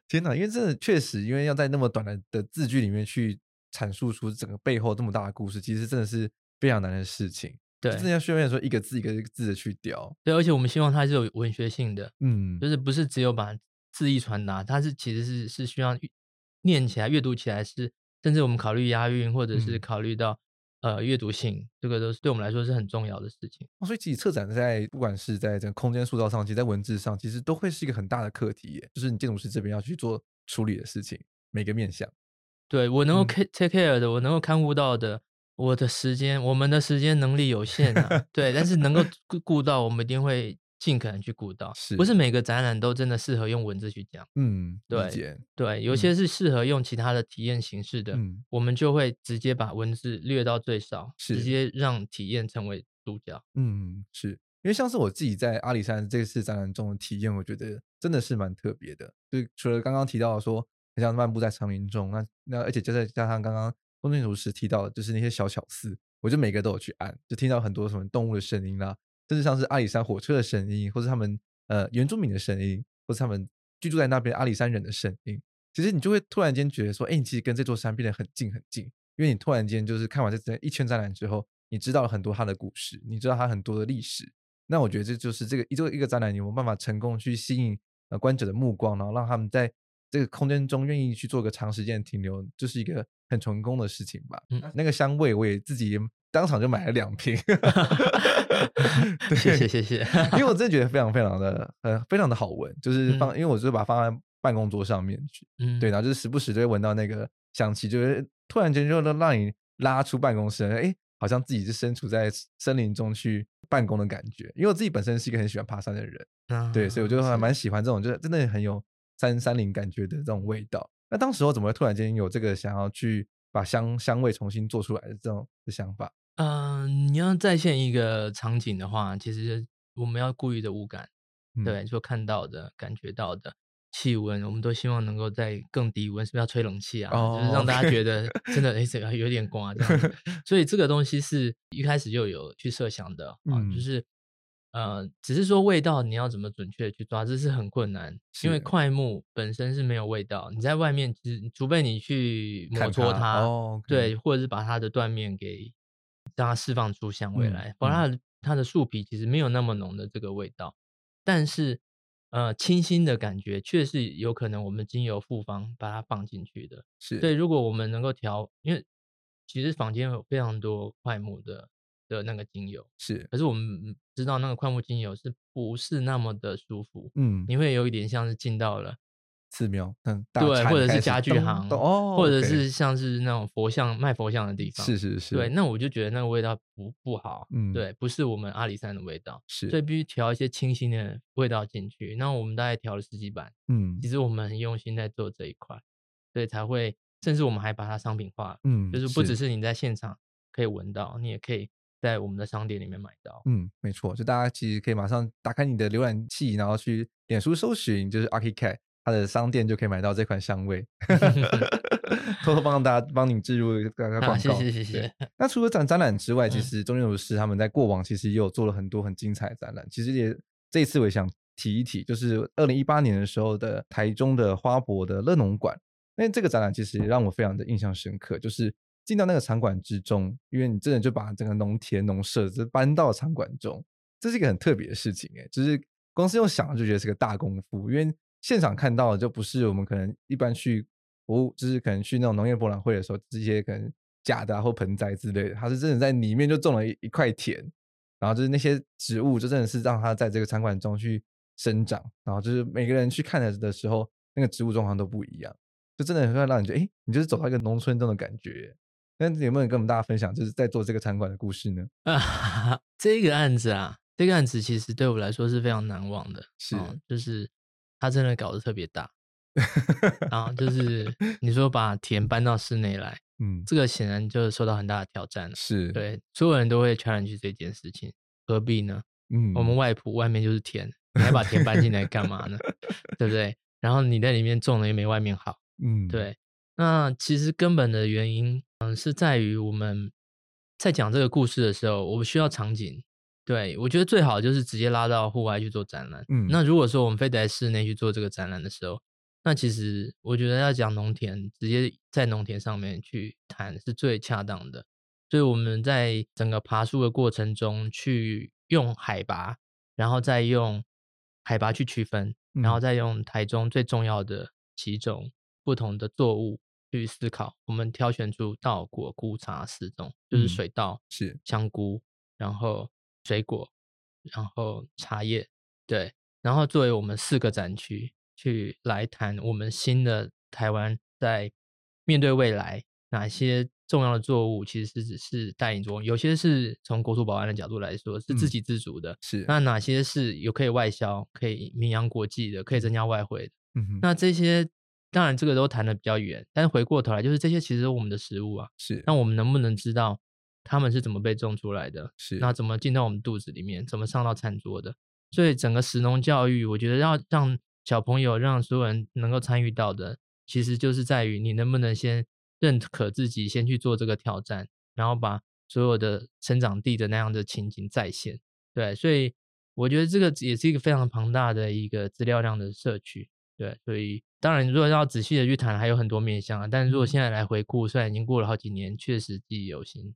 Speaker 1: 天哪，因为真的确实，因为要在那么短的的字句里面去阐述出整个背后这么大的故事，其实真的是非常难的事情。
Speaker 2: 对
Speaker 1: 真的要训练说一个字一个字的去雕。
Speaker 2: 对，而且我们希望它是有文学性的，
Speaker 1: 嗯，
Speaker 2: 就是不是只有把字义传达，它是其实是是需要阅念起来、阅读起来是，甚至我们考虑押韵，或者是
Speaker 1: 嗯
Speaker 2: 考虑到、呃阅读性，这个都是对我们来说是很重要的事情。
Speaker 1: 哦所以其实策展在不管是在这个空间塑造上，其实在文字上，其实都会是一个很大的课题耶，就是你建筑师这边要去做处理的事情，每个面向。
Speaker 2: 对我能够
Speaker 1: 嗯
Speaker 2: ca- take care 的，我能够看顾到的，我的时间，我们的时间能力有限 啊，对，但是能够顾顾到，我们一定会尽可能去顾到。不
Speaker 1: 是
Speaker 2: 是每个展览都真的适合用文字去讲，
Speaker 1: 嗯，理
Speaker 2: 对
Speaker 1: 解
Speaker 2: 对，有
Speaker 1: 嗯
Speaker 2: 些是适合用其他的体验形式的，
Speaker 1: 嗯，
Speaker 2: 我们就会直接把文字略到最少，
Speaker 1: 是
Speaker 2: 直接让体验成为主角。
Speaker 1: 嗯，是因为像是我自己在阿里山这次展览中的体验，我觉得真的是蛮特别的。就除了刚刚提到的说，很像漫步在长林中，那那而且加再加上刚刚工作主持提到的，就是那些小巧思，我就每个都有去按，就听到很多什么动物的声音啦，甚至像是阿里山火车的声音，或是他们呃原住民的声音，或是他们居住在那边阿里山人的声音。其实你就会突然间觉得说，哎，你其实跟这座山变得很近很近，因为你突然间就是看完这整一圈展览之后，你知道了很多它的故事，你知道它很多的历史。那我觉得这就是这个一个一个展览有没有办法成功去吸引呃观者的目光，然后让他们在这个空间中愿意去做个长时间的停留，就是一个很成功的事情吧。
Speaker 2: 嗯
Speaker 1: 那个香味我也自己也当场就买了两 瓶，对
Speaker 2: 谢谢 谢谢，
Speaker 1: 因为我真的觉得非常非常的呃非常的好闻，就是放、因为我就把它放在办公桌上面去，
Speaker 2: 嗯，
Speaker 1: 对，然后就是时不时就会闻到那个香气，就是突然间就能让你拉出办公室，哎，好像自己是身处在森林中去办公的感觉。因为我自己本身是一个很喜欢爬山的人，
Speaker 2: 啊
Speaker 1: 对，所以我就还
Speaker 2: 是
Speaker 1: 蛮喜欢这种，就是真的很有山山林感觉的这种味道。那当时候怎么会突然间有这个想要去把香香味重新做出来的这种的想法？
Speaker 2: 嗯、你要再现一个场景的话，其实我们要顾虑的五感，
Speaker 1: 嗯
Speaker 2: 对，，就看到的、感觉到的。气温，我们都希望能够在更低温，是不是要吹冷气啊？就是
Speaker 1: 哦
Speaker 2: 让大家
Speaker 1: ，OK
Speaker 2: 觉得真的，哎，这个有点刮 这样子。所以这个东西是一开始就有去设想的啊，
Speaker 1: 嗯
Speaker 2: 就是呃，只是说味道你要怎么准确地去抓，这是很困难，因为
Speaker 1: 是
Speaker 2: 快木本身是没有味道，你在外面其实除非你去
Speaker 1: 看
Speaker 2: 摩搓
Speaker 1: 它
Speaker 2: 它，
Speaker 1: 哦，OK
Speaker 2: 对，或者是把它的断面给让它释放出香味
Speaker 1: 嗯
Speaker 2: 来，不然它的它的树皮其实没有那么浓的这个味道，但是。呃，清新的感觉确实有可能，我们经由复方把它放进去的，
Speaker 1: 是，
Speaker 2: 对，，如果我们能够调，因为其实坊间有非常多快木的的那个精油，
Speaker 1: 是，
Speaker 2: 可是我们知道那个快木精油是不是那么的舒服？
Speaker 1: 嗯，
Speaker 2: 你会有一点像是进到了
Speaker 1: 寺庙，嗯，大
Speaker 2: 对，
Speaker 1: 禅
Speaker 2: 或者
Speaker 1: 开
Speaker 2: 是
Speaker 1: 始
Speaker 2: 家具
Speaker 1: 咚
Speaker 2: 行，
Speaker 1: 咚哦，
Speaker 2: 或者
Speaker 1: OK
Speaker 2: 是像是那种佛像卖佛像的地方，
Speaker 1: 是是是，
Speaker 2: 对，，那我就觉得那个味道不不好，
Speaker 1: 嗯，，
Speaker 2: 对，不是我们阿里山的味道，
Speaker 1: 是，
Speaker 2: 所以必须调一些清新的味道进去。那我们大概调了十几版，
Speaker 1: 嗯
Speaker 2: 其实我们很用心在做这一块，所以才会，甚至我们还把它商品化了。
Speaker 1: 嗯，
Speaker 2: 就是不只是你在现场可以闻到，你也可以在我们的商店里面买到。
Speaker 1: 嗯，没错，就大家其实可以马上打开你的浏览器，然后去脸书搜寻，就是 Archicat 它的商店就可以买到这款香 味，偷偷帮大家帮你置入刚嗯刚广告。
Speaker 2: 啊，谢谢谢
Speaker 1: 对
Speaker 2: 谢。
Speaker 1: 那除了展展览之外，其
Speaker 2: 嗯
Speaker 1: 实中间有师他们在过往其实也有做了很多很精彩的展览。其实也这一次我也想提一提，就是二零一八年的时候的台中的花博的乐农馆，那这个展览其实让我非常的印象深刻，就是进到那个场馆之中，因为你真的就把整个农田农舍就搬到场馆中，这是一个很特别的事情哎、就是光是用想就觉得是个大功夫，因为现场看到的就不是我们可能一般去服务，就是可能去那种农业博览会的时候，这些可能假的、啊、或盆栽之类的，它是真的在里面就种了一一块田，然后就是那些植物就真的是让它在这个场馆中去生长，然后就是每个人去看的的时候，那个植物状况都不一样，就真的会让你觉得，哎、你就是走到一个农村这种感觉耶。那有没有跟我们大家分享，就是在做这个餐馆的故事呢？
Speaker 2: 啊，这个案子啊，这个案子其实对我来说是非常难忘的，
Speaker 1: 是
Speaker 2: 哦就是他真的搞得特别大，然后就是你说把田搬到室内来，
Speaker 1: 嗯，
Speaker 2: 这个显然就受到很大的挑战了。
Speaker 1: 是，，
Speaker 2: 对，所有人都会 challenge 这件事情，何必呢？
Speaker 1: 嗯，
Speaker 2: 我们外埔外面就是 田，你还把田搬进来干嘛呢？对不对？然后你在里面种的也没外面好。
Speaker 1: 嗯，
Speaker 2: 对，那其实根本的原因，嗯，是在于我们在讲这个故事的时候，我们需要场景。对我觉得最好就是直接拉到户外去做展览。
Speaker 1: 嗯
Speaker 2: 那如果说我们非得在室内去做这个展览的时候，那其实我觉得要讲农田，直接在农田上面去谈是最恰当的。所以我们在整个爬树的过程中，去用海拔，然后再用海拔去区分，
Speaker 1: 嗯，
Speaker 2: 然后再用台中最重要的几种不同的作物去思考，我们挑选出稻果、菇、茶四种，就是
Speaker 1: 嗯
Speaker 2: 水稻、
Speaker 1: 是，
Speaker 2: 香菇，然后水果，然后茶叶，对，然后作为我们四个展区去来谈我们新的台湾在面对未来哪些重要的作物其实是是带领作用，有些是从国土保安的角度来说是
Speaker 1: 嗯
Speaker 2: 自给自足的，
Speaker 1: 是，
Speaker 2: 那哪些是有可以外销、可以名扬国际的、可以增加外汇的？
Speaker 1: 嗯哼，
Speaker 2: 那这些当然这个都谈的比较远，但是回过头来，就是这些其实都是我们的食物啊。
Speaker 1: 是，
Speaker 2: 那我们能不能知道它们是怎么被种出来的？
Speaker 1: 是，
Speaker 2: 那怎么进到我们肚子里面？怎么上到餐桌的？所以整个食农教育，我觉得要让小朋友、让所有人能够参与到的，其实就是在于你能不能先认可自己，先去做这个挑战，然后把所有的生长地的那样的情景再现。对，所以我觉得这个也是一个非常庞大的一个资料量的社区。对，所以当然，如果要仔细的去谈，还有很多面向啊。但是如果现在来回顾，虽然已经过了好几年，确实记忆犹新。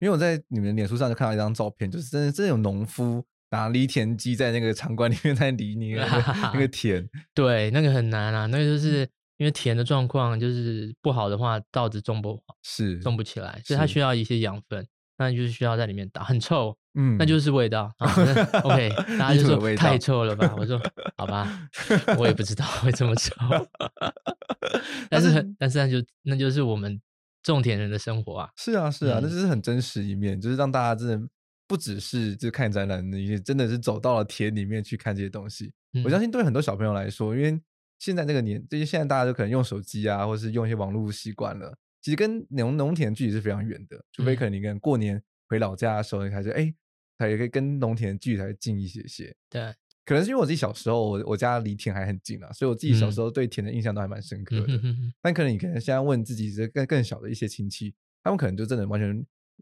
Speaker 1: 因为我在你们脸书上就看到一张照片，就是真的真的有农夫拿犁田机在那个场馆里面 在 犁你那个那个田，
Speaker 2: 对，那个很难啊，那个
Speaker 1: 嗯
Speaker 2: 就是因为田的状况就是不好的话，稻子种不
Speaker 1: 是，
Speaker 2: 种不起来，所以它
Speaker 1: 是
Speaker 2: 需要一些养分，那就是需要在里面打，很臭，
Speaker 1: 嗯，
Speaker 2: 那就是味道。啊 那 OK，大家
Speaker 1: 泥
Speaker 2: 就
Speaker 1: 土的
Speaker 2: 说
Speaker 1: 味道
Speaker 2: 太臭了吧？我说好吧，我也不知道会这么臭，但是很但是那就那就是我们种田人的生活啊。
Speaker 1: 是啊是啊，那
Speaker 2: 嗯
Speaker 1: 就是很真实一面，就是让大家真的不只是就是看展览的一些，真的是走到了田里面去看这些东西。我相
Speaker 2: 信
Speaker 1: 信对很多小朋友来说，因为现在这个年，这些现在大家都可能用手机啊，或是用一些网络习惯了，其实跟农农田距离是非常远的，除非
Speaker 2: 嗯
Speaker 1: 可能你跟过年回老家的时候，你还是哎。才可以跟农田距离才会近一些些，
Speaker 2: 嗯对，
Speaker 1: 可能是因为我自己小时候，我我家离田还很近啊，所以我自己小
Speaker 2: 嗯
Speaker 1: 时候对田的印象都还蛮深刻
Speaker 2: 嗯
Speaker 1: 的。
Speaker 2: 哼哼哼
Speaker 1: 但可能你可能现在问自己这更更小的一些亲戚，他们可能就真的完全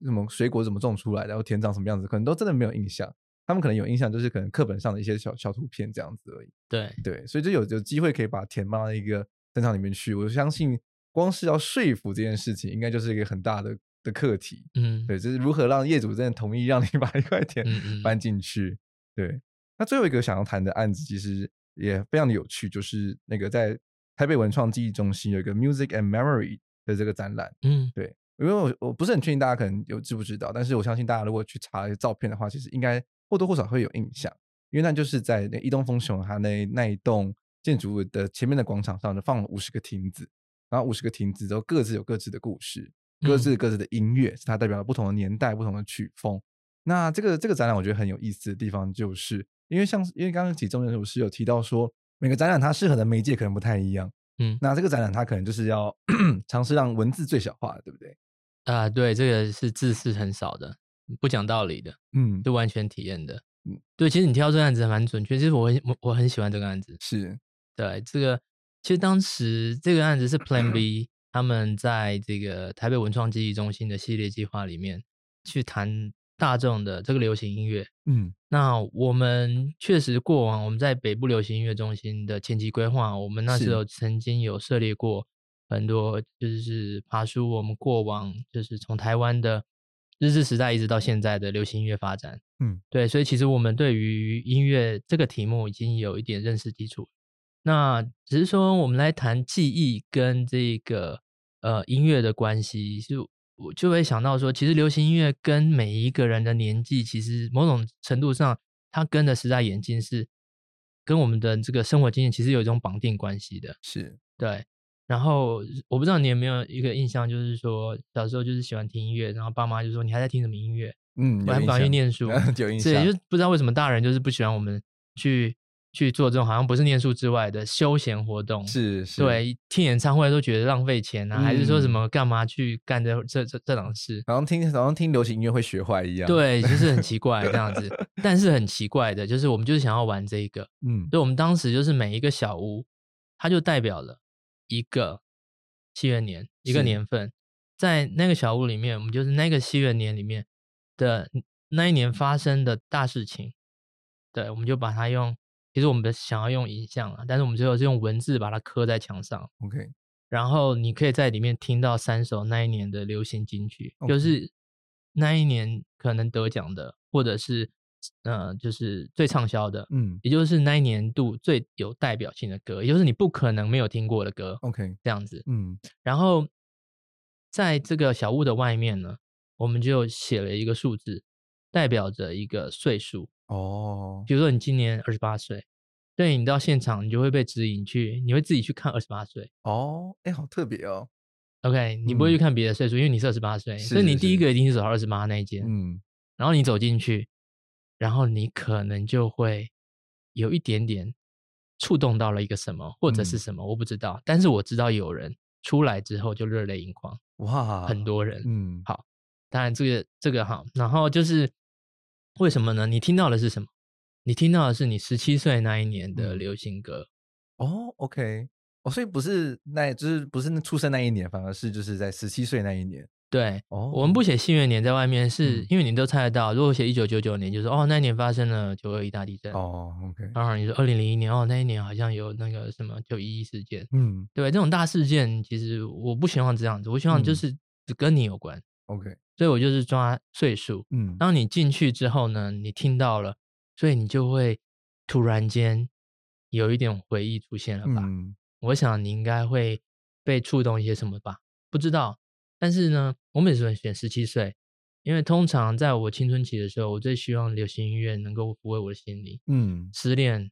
Speaker 1: 什么水果怎么种出来的，然后田长什么样子，可能都真的没有印象。他们可能有印象就是可能课本上的一些小小图片这样子而已。
Speaker 2: 对，
Speaker 1: 对，所以就有有机会可以把田放到一个战场里面去。我相信光是要说服这件事情，应该就是一个很大的的课题。
Speaker 2: 嗯，
Speaker 1: 对，就是如何让业主真的同意让你 把一块田
Speaker 2: 嗯嗯
Speaker 1: 搬进去。对，那最后一个想要谈的案子，其实也非常的有趣，就是那个在台北文创记忆中心有一个 Music and Memory 的这个展览。
Speaker 2: 嗯
Speaker 1: 对，因为我我不是很确定大家可能有知不知道，但是我相信大家如果去查一些照片的话，其实应该或多或少会有印象，因为那就是在那一东风雄它那那一栋建筑物的前面的广场上呢放了五十个亭子，然后五十个亭子都各自有各自的故事，各
Speaker 2: 嗯
Speaker 1: 自有各自的音乐，它代表了不同的年代、不同的曲风。那这个这个展览我觉得很有意思的地方，就是因为像因为刚刚其中有是有提到说，每个展览它适合的媒介可能不太一样。
Speaker 2: 嗯
Speaker 1: 那这个展览它可能就是要 尝试让文字最小化，对不对？
Speaker 2: 啊，对，这个是字是很少的，不讲道理的。
Speaker 1: 嗯，
Speaker 2: 就完全体验的
Speaker 1: 嗯。
Speaker 2: 对，其实你挑这个案子还蛮准确。其实我很我我很喜欢这个案子。
Speaker 1: 是，
Speaker 2: 对，这个其实当时这个案子是 Plan B 他们在这个台北文创记忆中心的系列计划里面去谈大众的这个流行音乐。
Speaker 1: 嗯
Speaker 2: 那我们确实过往我们在北部流行音乐中心的前期规划，我们那
Speaker 1: 是
Speaker 2: 时候曾经有涉猎过很多，就是爬书我们过往就是从台湾的日治时代一直到现在的流行音乐发展。
Speaker 1: 嗯，
Speaker 2: 对，所以其实我们对于音乐这个题目已经有一点认识基础。那只是说我们来谈记忆跟这个呃音乐的关系，是我就会想到说，其实流行音乐跟每一个人的年纪，其实某种程度上，它跟着时代演进是跟我们的这个生活经验其实有一种绑定关系的。
Speaker 1: 是
Speaker 2: 对，然后我不知道你有没有一个印象，就是说小时候就是喜欢听音乐，然后爸妈就说你还在听什么音乐？
Speaker 1: 嗯，
Speaker 2: 我还不
Speaker 1: 敢
Speaker 2: 赶去念书，
Speaker 1: 有印
Speaker 2: 对，
Speaker 1: 象，
Speaker 2: 就不知道为什么大人就是不喜欢我们去去做这种好像不是念书之外的休闲活动。
Speaker 1: 是是，
Speaker 2: 对，听演唱会都觉得浪费钱啊，还是说什
Speaker 1: 嗯
Speaker 2: 么干嘛去干这这这这档事？
Speaker 1: 好像听好像听流行音乐会学坏一样。，
Speaker 2: 对，就是很奇怪这样 子。但是很奇怪的，就是我们就是想要玩这一个，
Speaker 1: 嗯，
Speaker 2: 所以我们当时就是每一个小屋，它就代表了一个西元年，一个
Speaker 1: 是
Speaker 2: 年份。在那个小屋里面，我们就是那个西元年里面的那一年发生的大事情，对，我们就把它用。其实我们的想要用影像啊，但是我们最后是用文字把它刻在墙上，
Speaker 1: OK，
Speaker 2: 然后你可以在里面听到三首那一年的流行金曲，
Speaker 1: OK
Speaker 2: 就是那一年可能得奖的，或者是呃，就是最畅销的，
Speaker 1: 嗯
Speaker 2: 也就是那一年度最有代表性的歌，也就是你不可能没有听过的歌，
Speaker 1: ，OK，
Speaker 2: 这样子。
Speaker 1: 嗯，
Speaker 2: 然后在这个小屋的外面呢，我们就写了一个数字，代表着一个岁数。
Speaker 1: 哦，
Speaker 2: 比如说你今年二十八岁，对你到现场，你就会被指引去，你会自己去看二十八岁。
Speaker 1: 哦，哎，好特别哦，
Speaker 2: OK，你不会
Speaker 1: 嗯
Speaker 2: 去看别的岁数，因为你是二十八岁，
Speaker 1: 是
Speaker 2: 所以你
Speaker 1: 是
Speaker 2: 第一
Speaker 1: 是
Speaker 2: 个一定是走到二十八那一间，
Speaker 1: 嗯，
Speaker 2: 然后你走进去，然后你可能就会有一点点触动到了一个什么，或者是
Speaker 1: 嗯
Speaker 2: 什么，我不知道，但是我知道有人出来之后就热泪盈眶，
Speaker 1: 哇，
Speaker 2: 很，多人。
Speaker 1: 嗯，
Speaker 2: 当然，这个这个哈，然后就是为什么呢？你听到的是什么？你听到的是你十七岁那一年的
Speaker 1: 嗯
Speaker 2: 流行歌，
Speaker 1: 哦，OK，哦，所以不是那，就是不是那出生那一年，反而是就是在十七岁那一年。
Speaker 2: 对，
Speaker 1: 哦，
Speaker 2: 我们不写新元年在外面是，
Speaker 1: 嗯
Speaker 2: 因为你都猜得到。如果写一九九九年，就是哦那一年发生了九二一大地震。
Speaker 1: 哦，OK，
Speaker 2: 然后你说二零零一年哦那一年好像有那个什么九一一事件，
Speaker 1: 嗯
Speaker 2: 对这种大事件，其实我不希望这样子，我希望就
Speaker 1: 嗯
Speaker 2: 是只跟你有关，
Speaker 1: ，OK，
Speaker 2: 所以我就是抓岁数。
Speaker 1: 嗯，
Speaker 2: 当你进去之后呢，你听到了，所以你就会突然间有一点回忆出现了吧？
Speaker 1: 嗯，
Speaker 2: 我想你应该会被触动一些什么吧？不知道，但是呢，我每次选十七岁，因为通常在我青春期的时候，我最希望流行音乐能够抚慰我的心灵，
Speaker 1: 嗯，
Speaker 2: 失恋、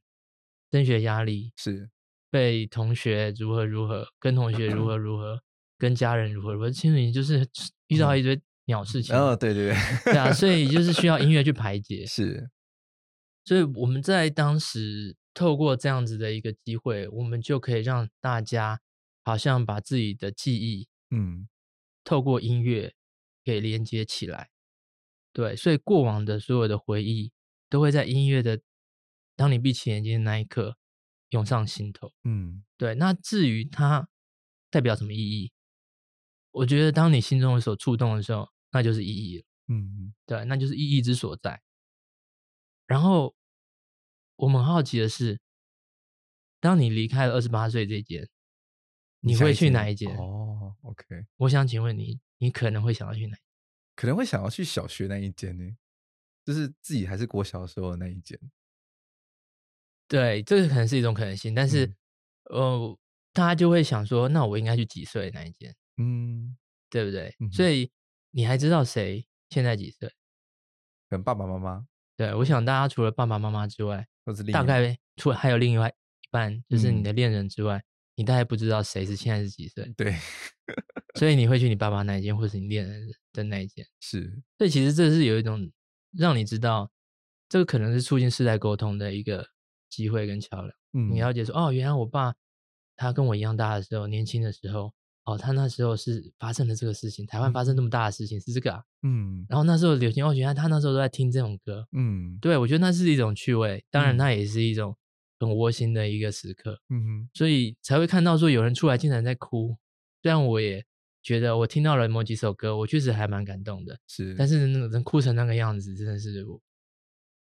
Speaker 2: 升学压力、
Speaker 1: 是，
Speaker 2: 被同学如何如何、跟同 学如何如何、跟家人如何如何，青春期就是 遇到一堆鸟事情，
Speaker 1: 嗯然后哦对对对，
Speaker 2: 对啊，所以就是需要音乐去排 解。
Speaker 1: 是，
Speaker 2: 所以我们在当时透过这样子的一个机会，我们就可以让大家好像把自己的记忆
Speaker 1: 嗯，
Speaker 2: 透过音乐给连接起来。对，所以过往的所有的回忆都会在音乐的，当你闭起眼睛的那一刻涌上心头。
Speaker 1: 嗯，
Speaker 2: 对，那至于它代表什么意义，我觉得当你心中有所触动的时候，那就是意义了。
Speaker 1: 嗯，
Speaker 2: 对，那就是意义之所在。然后我们好奇的是，当你离开了二十八岁这间，你
Speaker 1: 下
Speaker 2: 会
Speaker 1: 一
Speaker 2: 去
Speaker 1: 间
Speaker 2: 哪一间？
Speaker 1: 哦，OK，
Speaker 2: 我想请问你，你可能会想要去哪？
Speaker 1: 可能会想要去小学那一间呢，就是自己还是国小的时候的那一间。
Speaker 2: 对，这个可能是一种可能性，但是、
Speaker 1: 嗯
Speaker 2: 呃，大家就会想说，那我应该去几岁那一间，
Speaker 1: 嗯，
Speaker 2: 对不对？
Speaker 1: 嗯哼
Speaker 2: 所以你还知道谁现在几岁？
Speaker 1: 可能爸爸妈妈
Speaker 2: 对，我想大家除了爸爸妈妈之外，
Speaker 1: 或是另
Speaker 2: 大
Speaker 1: 一
Speaker 2: 概除了还有另外一半，就是你
Speaker 1: 嗯
Speaker 2: 的恋人之外，你大概不知道谁是现在是几岁。
Speaker 1: 对
Speaker 2: 所以你会去你爸爸那一间，或是你恋人的那一间。
Speaker 1: 是，
Speaker 2: 所以其实这是有一种让你知道，这个可能是促进世代沟通的一个机会跟桥梁。
Speaker 1: 嗯，
Speaker 2: 你了解说，哦，原来我爸他跟我一样大的时候，年轻的时候，哦，他那时候是发生了这个事情，台湾发生这么大的事情是这个啊。
Speaker 1: 嗯
Speaker 2: 然后那时候流行，哦，原来他那时候都在听这种歌。
Speaker 1: 嗯
Speaker 2: 对，我觉得那是一种趣味，当然
Speaker 1: 嗯
Speaker 2: 那也是一种很窝心的一个时刻。
Speaker 1: 嗯哼
Speaker 2: 所以才会看到说有人出来竟然在哭。虽然我也觉得我听到了某几首歌，我确实还蛮感动的，
Speaker 1: 是，
Speaker 2: 但
Speaker 1: 是
Speaker 2: 是能能哭成那个样子，真的是我。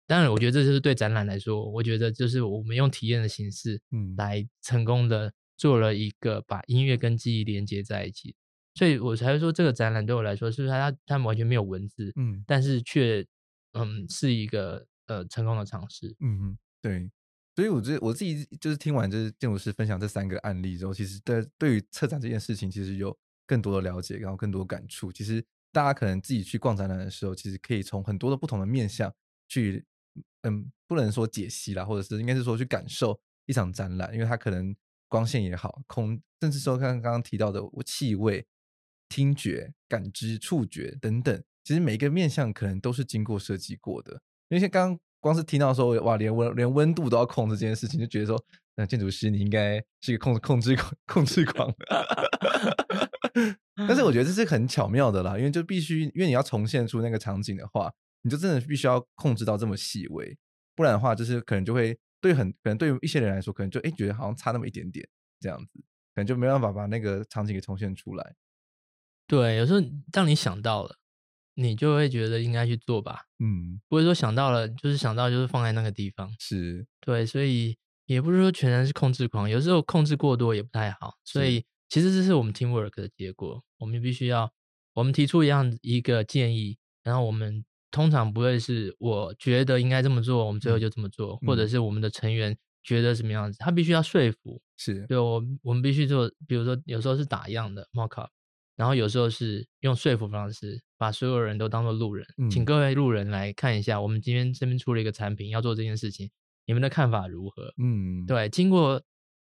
Speaker 2: 当然，我觉得这就是对展览来说，我觉得就是我们用体验的形式
Speaker 1: 嗯
Speaker 2: 来成功的做了一个把音乐跟记忆连接在一起，所以我才会说这个展览对我来说，是不是它它完全没有文字，
Speaker 1: 嗯
Speaker 2: 但是却嗯是一个呃成功的尝试。
Speaker 1: 嗯哼对。所以我觉得我自己就是听完就是建筑师分享这三个案例之后，其实对对于策展这件事情，其实有更多的了解，然后更多感触。其实大家可能自己去逛展览的时候，其实可以从很多的不同的面向去嗯，不能说解析啦，或者是应该是说去感受一场展览，因为它可能光线也好，空，甚至说看刚刚提到的气味、听觉、感知、触觉等等，其实每一个面向可能都是经过设计过的。因为像刚刚光是听到说，哇，连温连温度都要控制这件事情，就觉得说，那建筑师你应该是一个控控制狂控制狂。但是我觉得这是很巧妙的啦，因为就必须，因为你要重现出那个场景的话，你就真的必须要控制到这么细微，不然的话，就是可能就会对很可能对于一些人来说，可能就哎、诶觉得好像差那么一点点这样子，可能就没办法把那个场景给重现出来。
Speaker 2: 对，有时候当你想到了，你就会觉得应该去做吧，
Speaker 1: 嗯，
Speaker 2: 不会说想到了就是想到就是放在那个地方。
Speaker 1: 是，
Speaker 2: 对，所以也不是说全然是控制狂，有时候控制过多也不太好。所
Speaker 1: 是
Speaker 2: 以其实这是我们 teamwork 的结果，我们必须要我们提出一样一个建议，然后我们通常不会是我觉得应该这么做，我们最后
Speaker 1: 嗯
Speaker 2: 就这么做，或者
Speaker 1: 嗯
Speaker 2: 是我们的成员觉得什么样子，他必须要说服。
Speaker 1: 是，
Speaker 2: 对我们，我们必须做，比如说有时候是打样的 mock up，然后有时候是用说服方式，把所有人都当做路人，
Speaker 1: 嗯
Speaker 2: 请各位路人来看一下，我们今天这边出了一个产品，要做这件事情，你们的看法如何？
Speaker 1: 嗯，，
Speaker 2: 对，经过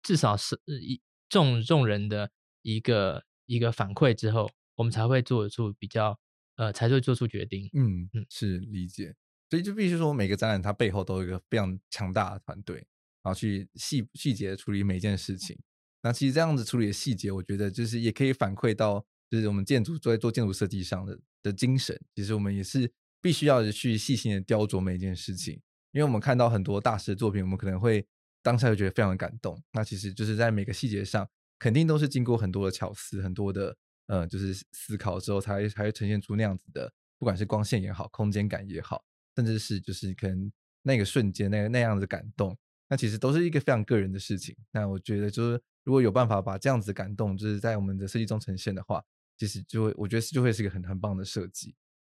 Speaker 2: 至少是呃一众众人的一个一个反馈之后，我们才会做出比较呃，才会做出决定。
Speaker 1: 嗯
Speaker 2: 嗯
Speaker 1: 是理解。所以就必须说，每个展览它背后都有一个非常强大的团队，然后去细细节地处理每件事情。那其实这样子处理的细节，我觉得就是也可以反馈到，就是我们建筑在做建筑设计上的的精神。其实我们也是必须要去细心的雕琢每一件事情，因为我们看到很多大师的作品，我们可能会当下就觉得非常的感动。那其实就是在每个细节上，肯定都是经过很多的巧思，很多的呃，就是思考之后才会才会呈现出那样子的，不管是光线也好，空间感也好，甚至是就是可能那个瞬间那个那样子的感动，那其实都是一个非常个人的事情。那我觉得就是如果有办法把这样子的感动，就是在我们的设计中呈现的话，其实就会我觉得是就会是一个很很棒的设计。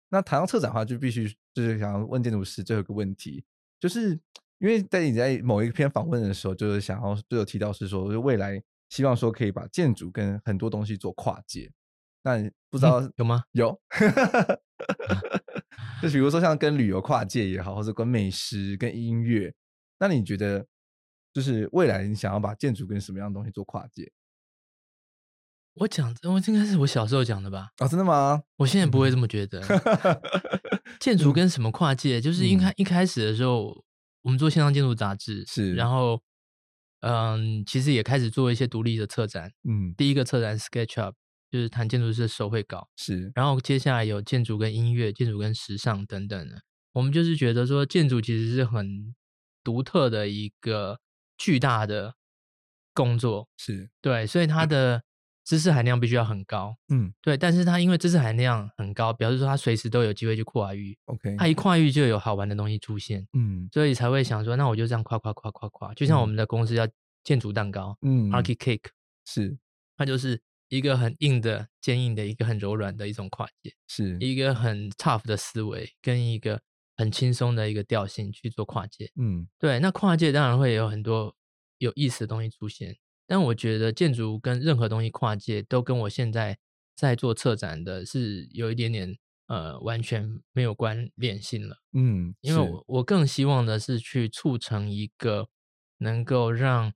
Speaker 1: 那谈到策展的话，就必须就是想要问建筑师最后一个问题，就是因为在你在某一篇访问的时候，就是想要就有提到是说，就未来希望说可以把建筑跟很多东西做跨界。那你不知道
Speaker 2: 有吗？
Speaker 1: 有， 就比如说像跟旅游跨界也好，或者跟美食、跟音乐，那你觉得就是未来你想要把建筑跟什么样的东西做跨界
Speaker 2: 我讲，我应该是我小时候讲的吧，
Speaker 1: 啊、真的吗？
Speaker 2: 我现在
Speaker 1: 嗯
Speaker 2: 不会这么觉得。建筑跟什么跨界？就是一开、一开始的时候，我们做线上建筑杂志
Speaker 1: 是
Speaker 2: 然后嗯，其实也开始做一些独立的策展。
Speaker 1: 嗯，
Speaker 2: 第一个策展 SketchUp 就是谈建筑师的手绘稿，
Speaker 1: 是，
Speaker 2: 然后接下来有建筑跟音乐、建筑跟时尚等等的。我们就是觉得说，建筑其实是很独特的一个巨大的工作，
Speaker 1: 是，
Speaker 2: 对，所以它的知识含量必须要很高。
Speaker 1: 嗯
Speaker 2: 对，但是它因为知识含量很高，表示说它随时都有机会去跨域，
Speaker 1: ，OK，
Speaker 2: 它一跨域就有好玩的东西出现，
Speaker 1: 嗯
Speaker 2: 所以才会想说，那我就这样跨跨跨跨跨，就像我
Speaker 1: 嗯
Speaker 2: 们的公司叫建筑蛋糕、
Speaker 1: 嗯
Speaker 2: a r c h i Cake，
Speaker 1: 是
Speaker 2: 它就是一个很硬的、坚硬的，一个很柔软的一种跨界，
Speaker 1: 是，
Speaker 2: 一个很 tough 的思维跟一个很轻松的一个调性去做跨界。
Speaker 1: 嗯
Speaker 2: 对，那跨界当然会有很多有意思的东西出现，但我觉得建筑跟任何东西跨界都跟我现在在做策展的是有一点点呃完全没有关联性了，
Speaker 1: 嗯，
Speaker 2: 因为
Speaker 1: 是
Speaker 2: 我我更希望的是去促成一个能够让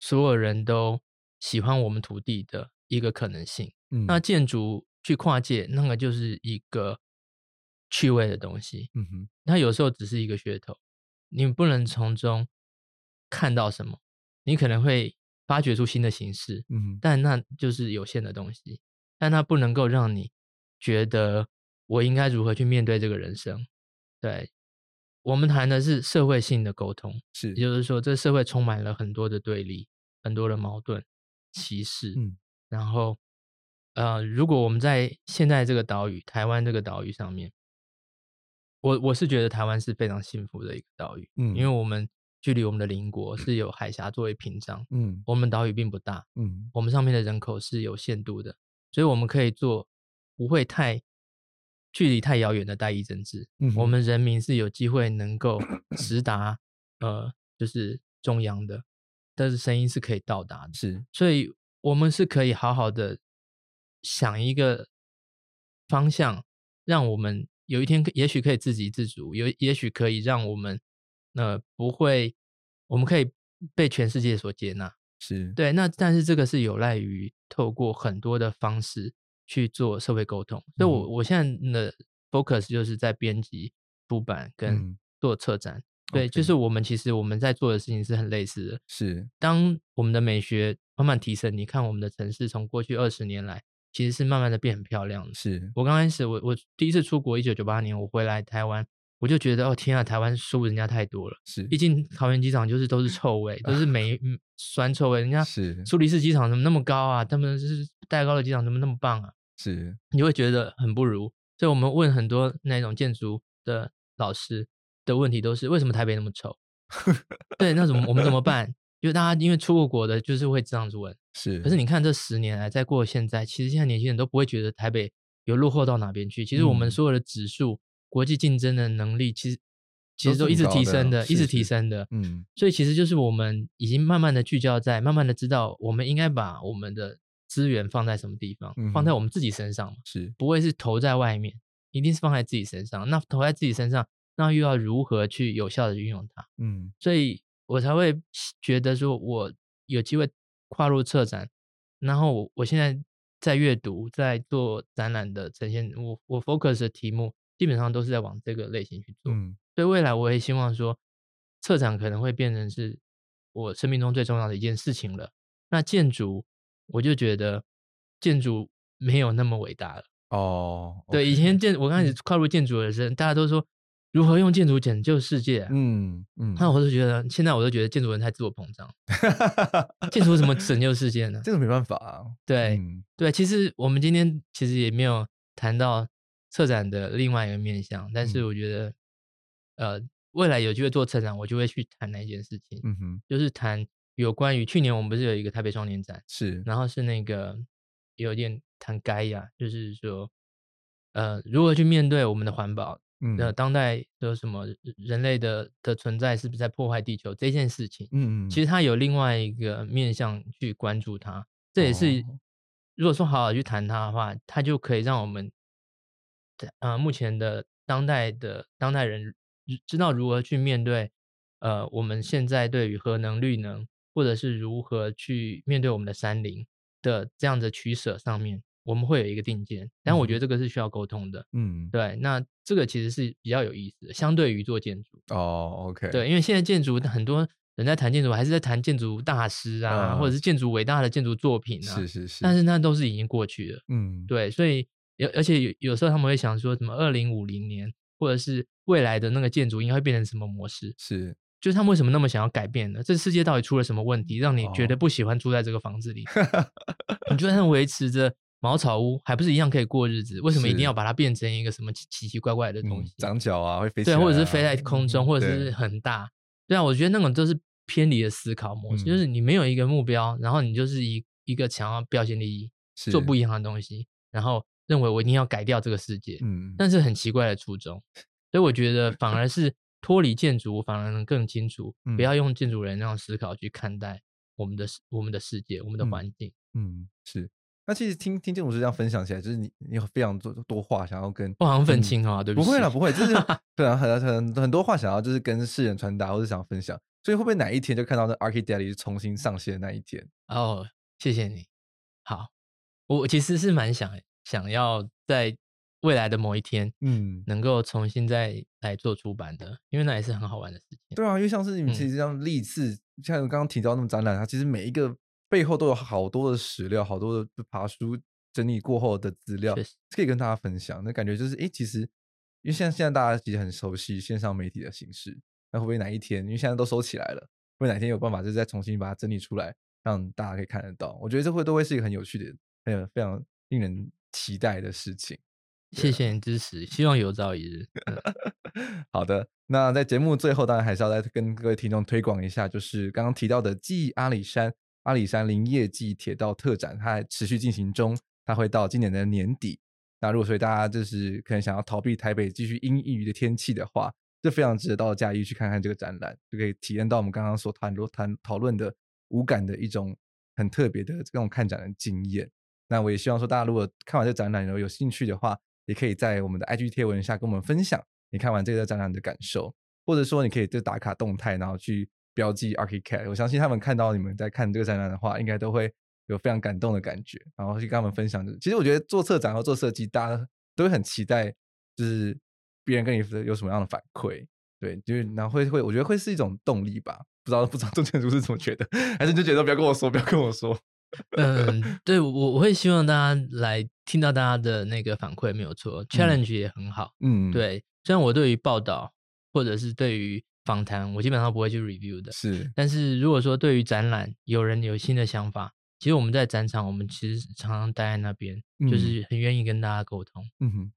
Speaker 2: 所有人都喜欢我们土地的一个可能性。
Speaker 1: 嗯
Speaker 2: 那建筑去跨界，那个就是一个趣味的东西，
Speaker 1: 嗯哼
Speaker 2: 它有时候只是一个噱头，你不能从中看到什么，你可能会发掘出新的形式，
Speaker 1: 嗯哼
Speaker 2: 但那就是有限的东西，但它不能够让你觉得我应该如何去面对这个人生。对我们谈的是社会性的沟通，
Speaker 1: 是
Speaker 2: 也就是说，这社会充满了很多的对立、很多的矛盾、歧视，
Speaker 1: 嗯
Speaker 2: 然后，呃，如果我们在现在这个岛屿，台湾这个岛屿上面，我我是觉得台湾是非常幸福的一个岛屿，
Speaker 1: 嗯，
Speaker 2: 因为我们距离我们的邻国是有海峡作为屏障，
Speaker 1: 嗯
Speaker 2: 我们岛屿并不大，
Speaker 1: 嗯
Speaker 2: 我们上面的人口是有限度的，所以我们可以做不会太距离太遥远的代议政治。
Speaker 1: 嗯
Speaker 2: 我
Speaker 1: 哼
Speaker 2: 们人民是有机会能够直达呃，就是中央的，但是声音是可以到达的，
Speaker 1: 是
Speaker 2: 所以我们是可以好好的想一个方向，让我们有一天可也许可以自给自足，有也许可以让我们呃不会，我们可以被全世界所接纳。
Speaker 1: 是
Speaker 2: 对，那但是这个是有赖于透过很多的方式去做社会沟通。所以我，
Speaker 1: 嗯
Speaker 2: 我、现在的 focus 就是在编辑、出版跟
Speaker 1: 嗯
Speaker 2: 做策展。对，就
Speaker 1: OK
Speaker 2: 是我们其实我们在做的事情是很类似的。
Speaker 1: 是，
Speaker 2: 当我们的美学慢慢提升，你看我们的城市从过去二十年来，其实是慢慢的变很漂亮的。
Speaker 1: 是，
Speaker 2: 我刚开始，我我第一次出国，一九九八年，我回来台湾，我就觉得哦天啊，台湾输人家太多了。
Speaker 1: 是，
Speaker 2: 毕竟桃园机场就是都是臭味，都是霉嗯酸臭味。人家
Speaker 1: 是，
Speaker 2: 苏黎世机场怎么那么高啊？他们就是戴高乐机场怎么那么棒啊？
Speaker 1: 是，
Speaker 2: 你就会觉得很不如。所以我们问很多那种建筑的老师的问题都是为什么台北那么丑？对，那怎么我们怎么办？就是大家因为出过国的，就是会这样子问。
Speaker 1: 是。
Speaker 2: 可是你看这十年来，再过现在，其实现在年轻人都不会觉得台北有落后到哪边去。其实我们
Speaker 1: 嗯
Speaker 2: 所有的指数、国际竞争的能力，其实其实
Speaker 1: 都
Speaker 2: 都
Speaker 1: 是
Speaker 2: 一直
Speaker 1: 很
Speaker 2: 提
Speaker 1: 高的
Speaker 2: 升的，一
Speaker 1: 是
Speaker 2: 直提
Speaker 1: 是
Speaker 2: 升的。
Speaker 1: 嗯，
Speaker 2: 所以其实就是我们已经慢慢的聚焦在，慢慢的知道我们应该把我们的资源放在什么地方，
Speaker 1: 嗯哼
Speaker 2: 放在我们自己身上嘛，
Speaker 1: 是，
Speaker 2: 不会是投在外面，一定是放在自己身上。那投在自己身上，那又要如何去有效的运用它？
Speaker 1: 嗯，
Speaker 2: 所以我才会觉得说，我有机会跨入策展，然后我我现在在阅读，在做展览的呈现，我我 focus 的题目基本上都是在往这个类型去做。
Speaker 1: 嗯，
Speaker 2: 所以未来我也希望说，策展可能会变成是我生命中最重要的一件事情了。那建筑，我就觉得建筑没有那么伟大了。
Speaker 1: 哦，
Speaker 2: 对，以
Speaker 1: OK 嗯
Speaker 2: 前建我刚开始跨入建筑的时候，大家都说如何用建筑拯救世界啊、
Speaker 1: 嗯嗯，
Speaker 2: 那我就觉得，现在我就觉得建筑人太自我膨胀，建筑 怎么拯救世界呢？
Speaker 1: 这个没办法啊，
Speaker 2: 对、
Speaker 1: 呃嗯
Speaker 2: 对，其实我们今天其实也没有谈到策展的另外一个面向，但是
Speaker 1: 嗯
Speaker 2: 我觉得，呃，未来有机会做策展，我就会去谈那件事情，
Speaker 1: 嗯哼，
Speaker 2: 就是谈有关于去年我们不是有一个台北双年展，
Speaker 1: 是，
Speaker 2: 然后是那个有点谈该呀，就是说，呃，如何去面对我们的环保，
Speaker 1: 嗯
Speaker 2: 呃，当代的什么人类的的存在是不是在破坏地球这件事情，
Speaker 1: 嗯嗯，
Speaker 2: 其实它有另外一个面向去关注它，这也是、
Speaker 1: 哦
Speaker 2: 如果说好好去谈它的话，它就可以让我们的呃目前的当代的当代人知知道如何去面对呃我们现在对于核能、绿能，或者是如何去面对我们的山林的这样的取舍上面，我们会有一个定见。但我觉得这个是需要沟通的，
Speaker 1: 嗯
Speaker 2: 对。那这个其实是比较有意思的，相对于做建筑。
Speaker 1: 哦，OK，
Speaker 2: 对，因为现在建筑很多人在谈建筑，还是在谈建筑大师啊，
Speaker 1: 嗯
Speaker 2: 或者是建筑伟大的建筑作品啊，
Speaker 1: 是是是，
Speaker 2: 但是那都是已经过去了。
Speaker 1: 嗯
Speaker 2: 对，所以有而且有有时候他们会想说什么二零五零年，或者是未来的那个建筑应该会变成什么模式？
Speaker 1: 是
Speaker 2: 就是他们为什么那么想要改变呢？这世界到底出了什么问题，让你觉得
Speaker 1: 哦
Speaker 2: 不喜欢住在这个房子里？ 你就算维持着茅草屋，还不是一样可以过日子？为什么一定
Speaker 1: 是
Speaker 2: 要把它变成一个什么奇奇奇怪怪的东
Speaker 1: 嗯
Speaker 2: 西？
Speaker 1: 长脚啊会飞起
Speaker 2: 对，
Speaker 1: 来啊，
Speaker 2: 或者是飞在空中，
Speaker 1: 嗯
Speaker 2: 或者是
Speaker 1: 对
Speaker 2: 很大。对啊，我觉得那种都是偏离了思考模
Speaker 1: 嗯
Speaker 2: 式，就是你没有一个目标，然后你就是一一个想要标新立异，做
Speaker 1: 是
Speaker 2: 不一样的东西，然后认为我一定要改掉这个世界，
Speaker 1: 嗯
Speaker 2: 但是很奇怪的 初衷。所以我觉得反而是脱离建筑，反而能更清楚，
Speaker 1: 嗯
Speaker 2: 不要用建筑人那样思考去看待我们的世我们的世界、我们的
Speaker 1: 嗯
Speaker 2: 环境。
Speaker 1: 嗯是。那其实听听建筑师这样分享起来，就是你你有非常多多话想要跟
Speaker 2: 我好像
Speaker 1: 嗯
Speaker 2: 愤青啊，对
Speaker 1: 不
Speaker 2: 起。
Speaker 1: 会啦，不会， 就是对啊，很很很多话想要就是跟世人传达，或者想要分享，所以会不会哪一天就看到那 Archie Daddy 是重新上线的那一天？
Speaker 2: 哦，谢谢你。好，我我其实是蛮想想要在未来的某一天
Speaker 1: 嗯，
Speaker 2: 能够重新再来做出版的，因为那也是很好玩的事情。
Speaker 1: 对啊，因为像是你们
Speaker 2: 嗯
Speaker 1: 其实像历次，像刚刚提到那种展览，它其实每一个背后都有好多的史料，好多的爬书整理过后的资料
Speaker 2: 确实，
Speaker 1: 可以跟大家分享。那感觉就是，诶，其实因为现在现在大家其实很熟悉线上媒体的形式，那会不会哪一天，因为现在都收起来了，会不会哪天有办法就是再重新把它整理出来，让大家可以看得到？我觉得这会都会是一个很有趣的，很有非常令人期待的事情。
Speaker 2: 谢
Speaker 1: 啊
Speaker 2: 谢你支持，希望有朝一 日。嗯
Speaker 1: 好的，那在节目最后，当然还是要再跟各位听众推广一下，就是刚刚提到的记忆阿里山阿里山林业记铁道特展，它还持续进行中，它会到今年的年底。那如果所以大家就是可能想要逃避台北继续阴郁的天气的话，这非常值得到假日去看看这个展览，就可以体验到我们刚刚所谈谈讨论的无感的一种很特别的这种看展的经验。那我也希望说，大家如果看完这展览然后有兴趣的话，也可以在我们的 IG 贴文下跟我们分享你看完这个展览的感受，或者说你可以就打卡动态，然后去标记 Archicad。我相信他们看到你们在看这个展览的话，应该都会有非常感动的感觉，然后去跟他们分享。其实我觉得做策展和做设计，大家都会很期待，就是别人跟你有什么样的反馈。对，就是然后会会，我觉得会是一种动力吧。不知道不知道杜建筑是怎么觉得，还是就觉得不要跟我说，不要跟我说。
Speaker 2: 嗯，对我我会希望大家来听到大家的那个反馈没有错，challenge 也很好。
Speaker 1: 嗯，，
Speaker 2: 对，虽然我对于报道或者是对于访谈，我基本上不会去 review 的，
Speaker 1: 是，
Speaker 2: 但是如果说对于展览有人有新的想法，其实我们在展场，我们其实常常待在那边，
Speaker 1: 嗯
Speaker 2: 就是很愿意跟大家沟通，
Speaker 1: 嗯哼，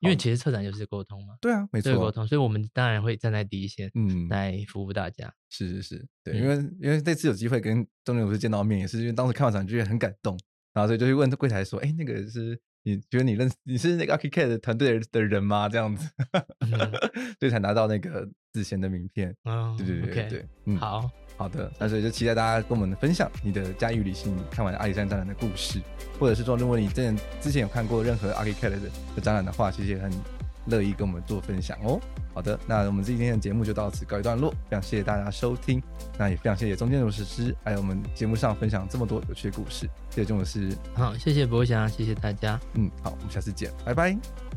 Speaker 2: 因为
Speaker 1: 好
Speaker 2: 其实策展就是沟通嘛，
Speaker 1: 对啊，没
Speaker 2: 对沟
Speaker 1: 错，
Speaker 2: 通，所以我们当然会站在第一线
Speaker 1: 嗯，
Speaker 2: 来服务大家。
Speaker 1: 是是是，对，
Speaker 2: 嗯
Speaker 1: 因为因为那次有机会跟中年老师见到面，也是因为当时看完展就觉得很感动，然后所以就去问柜台说：“哎，那个是你觉得你认识你是那个 Archicad 的团队的的人吗？”这样子， 所以才拿到那个子贤的名片。
Speaker 2: 嗯，
Speaker 1: 对对对
Speaker 2: o
Speaker 1: 对
Speaker 2: k
Speaker 1: 对，嗯，
Speaker 2: 好，
Speaker 1: 好的，那所以就期待大家跟我们分享你的嘉义旅行，你看完阿里山展览的故事，或者是说，如果你之前之前有看过任何 Archicad 的的展览的话，其实也很乐意跟我们做分享哦。好的，那我们今天的节目就到此告一段落，非常谢谢大家收听，那也非常谢谢中间如实师，还有我们节目上分享这么多有趣的故事，谢谢钟老师，
Speaker 2: 好，谢谢博翔，谢谢大家，
Speaker 1: 嗯，好，我们下次见，拜拜。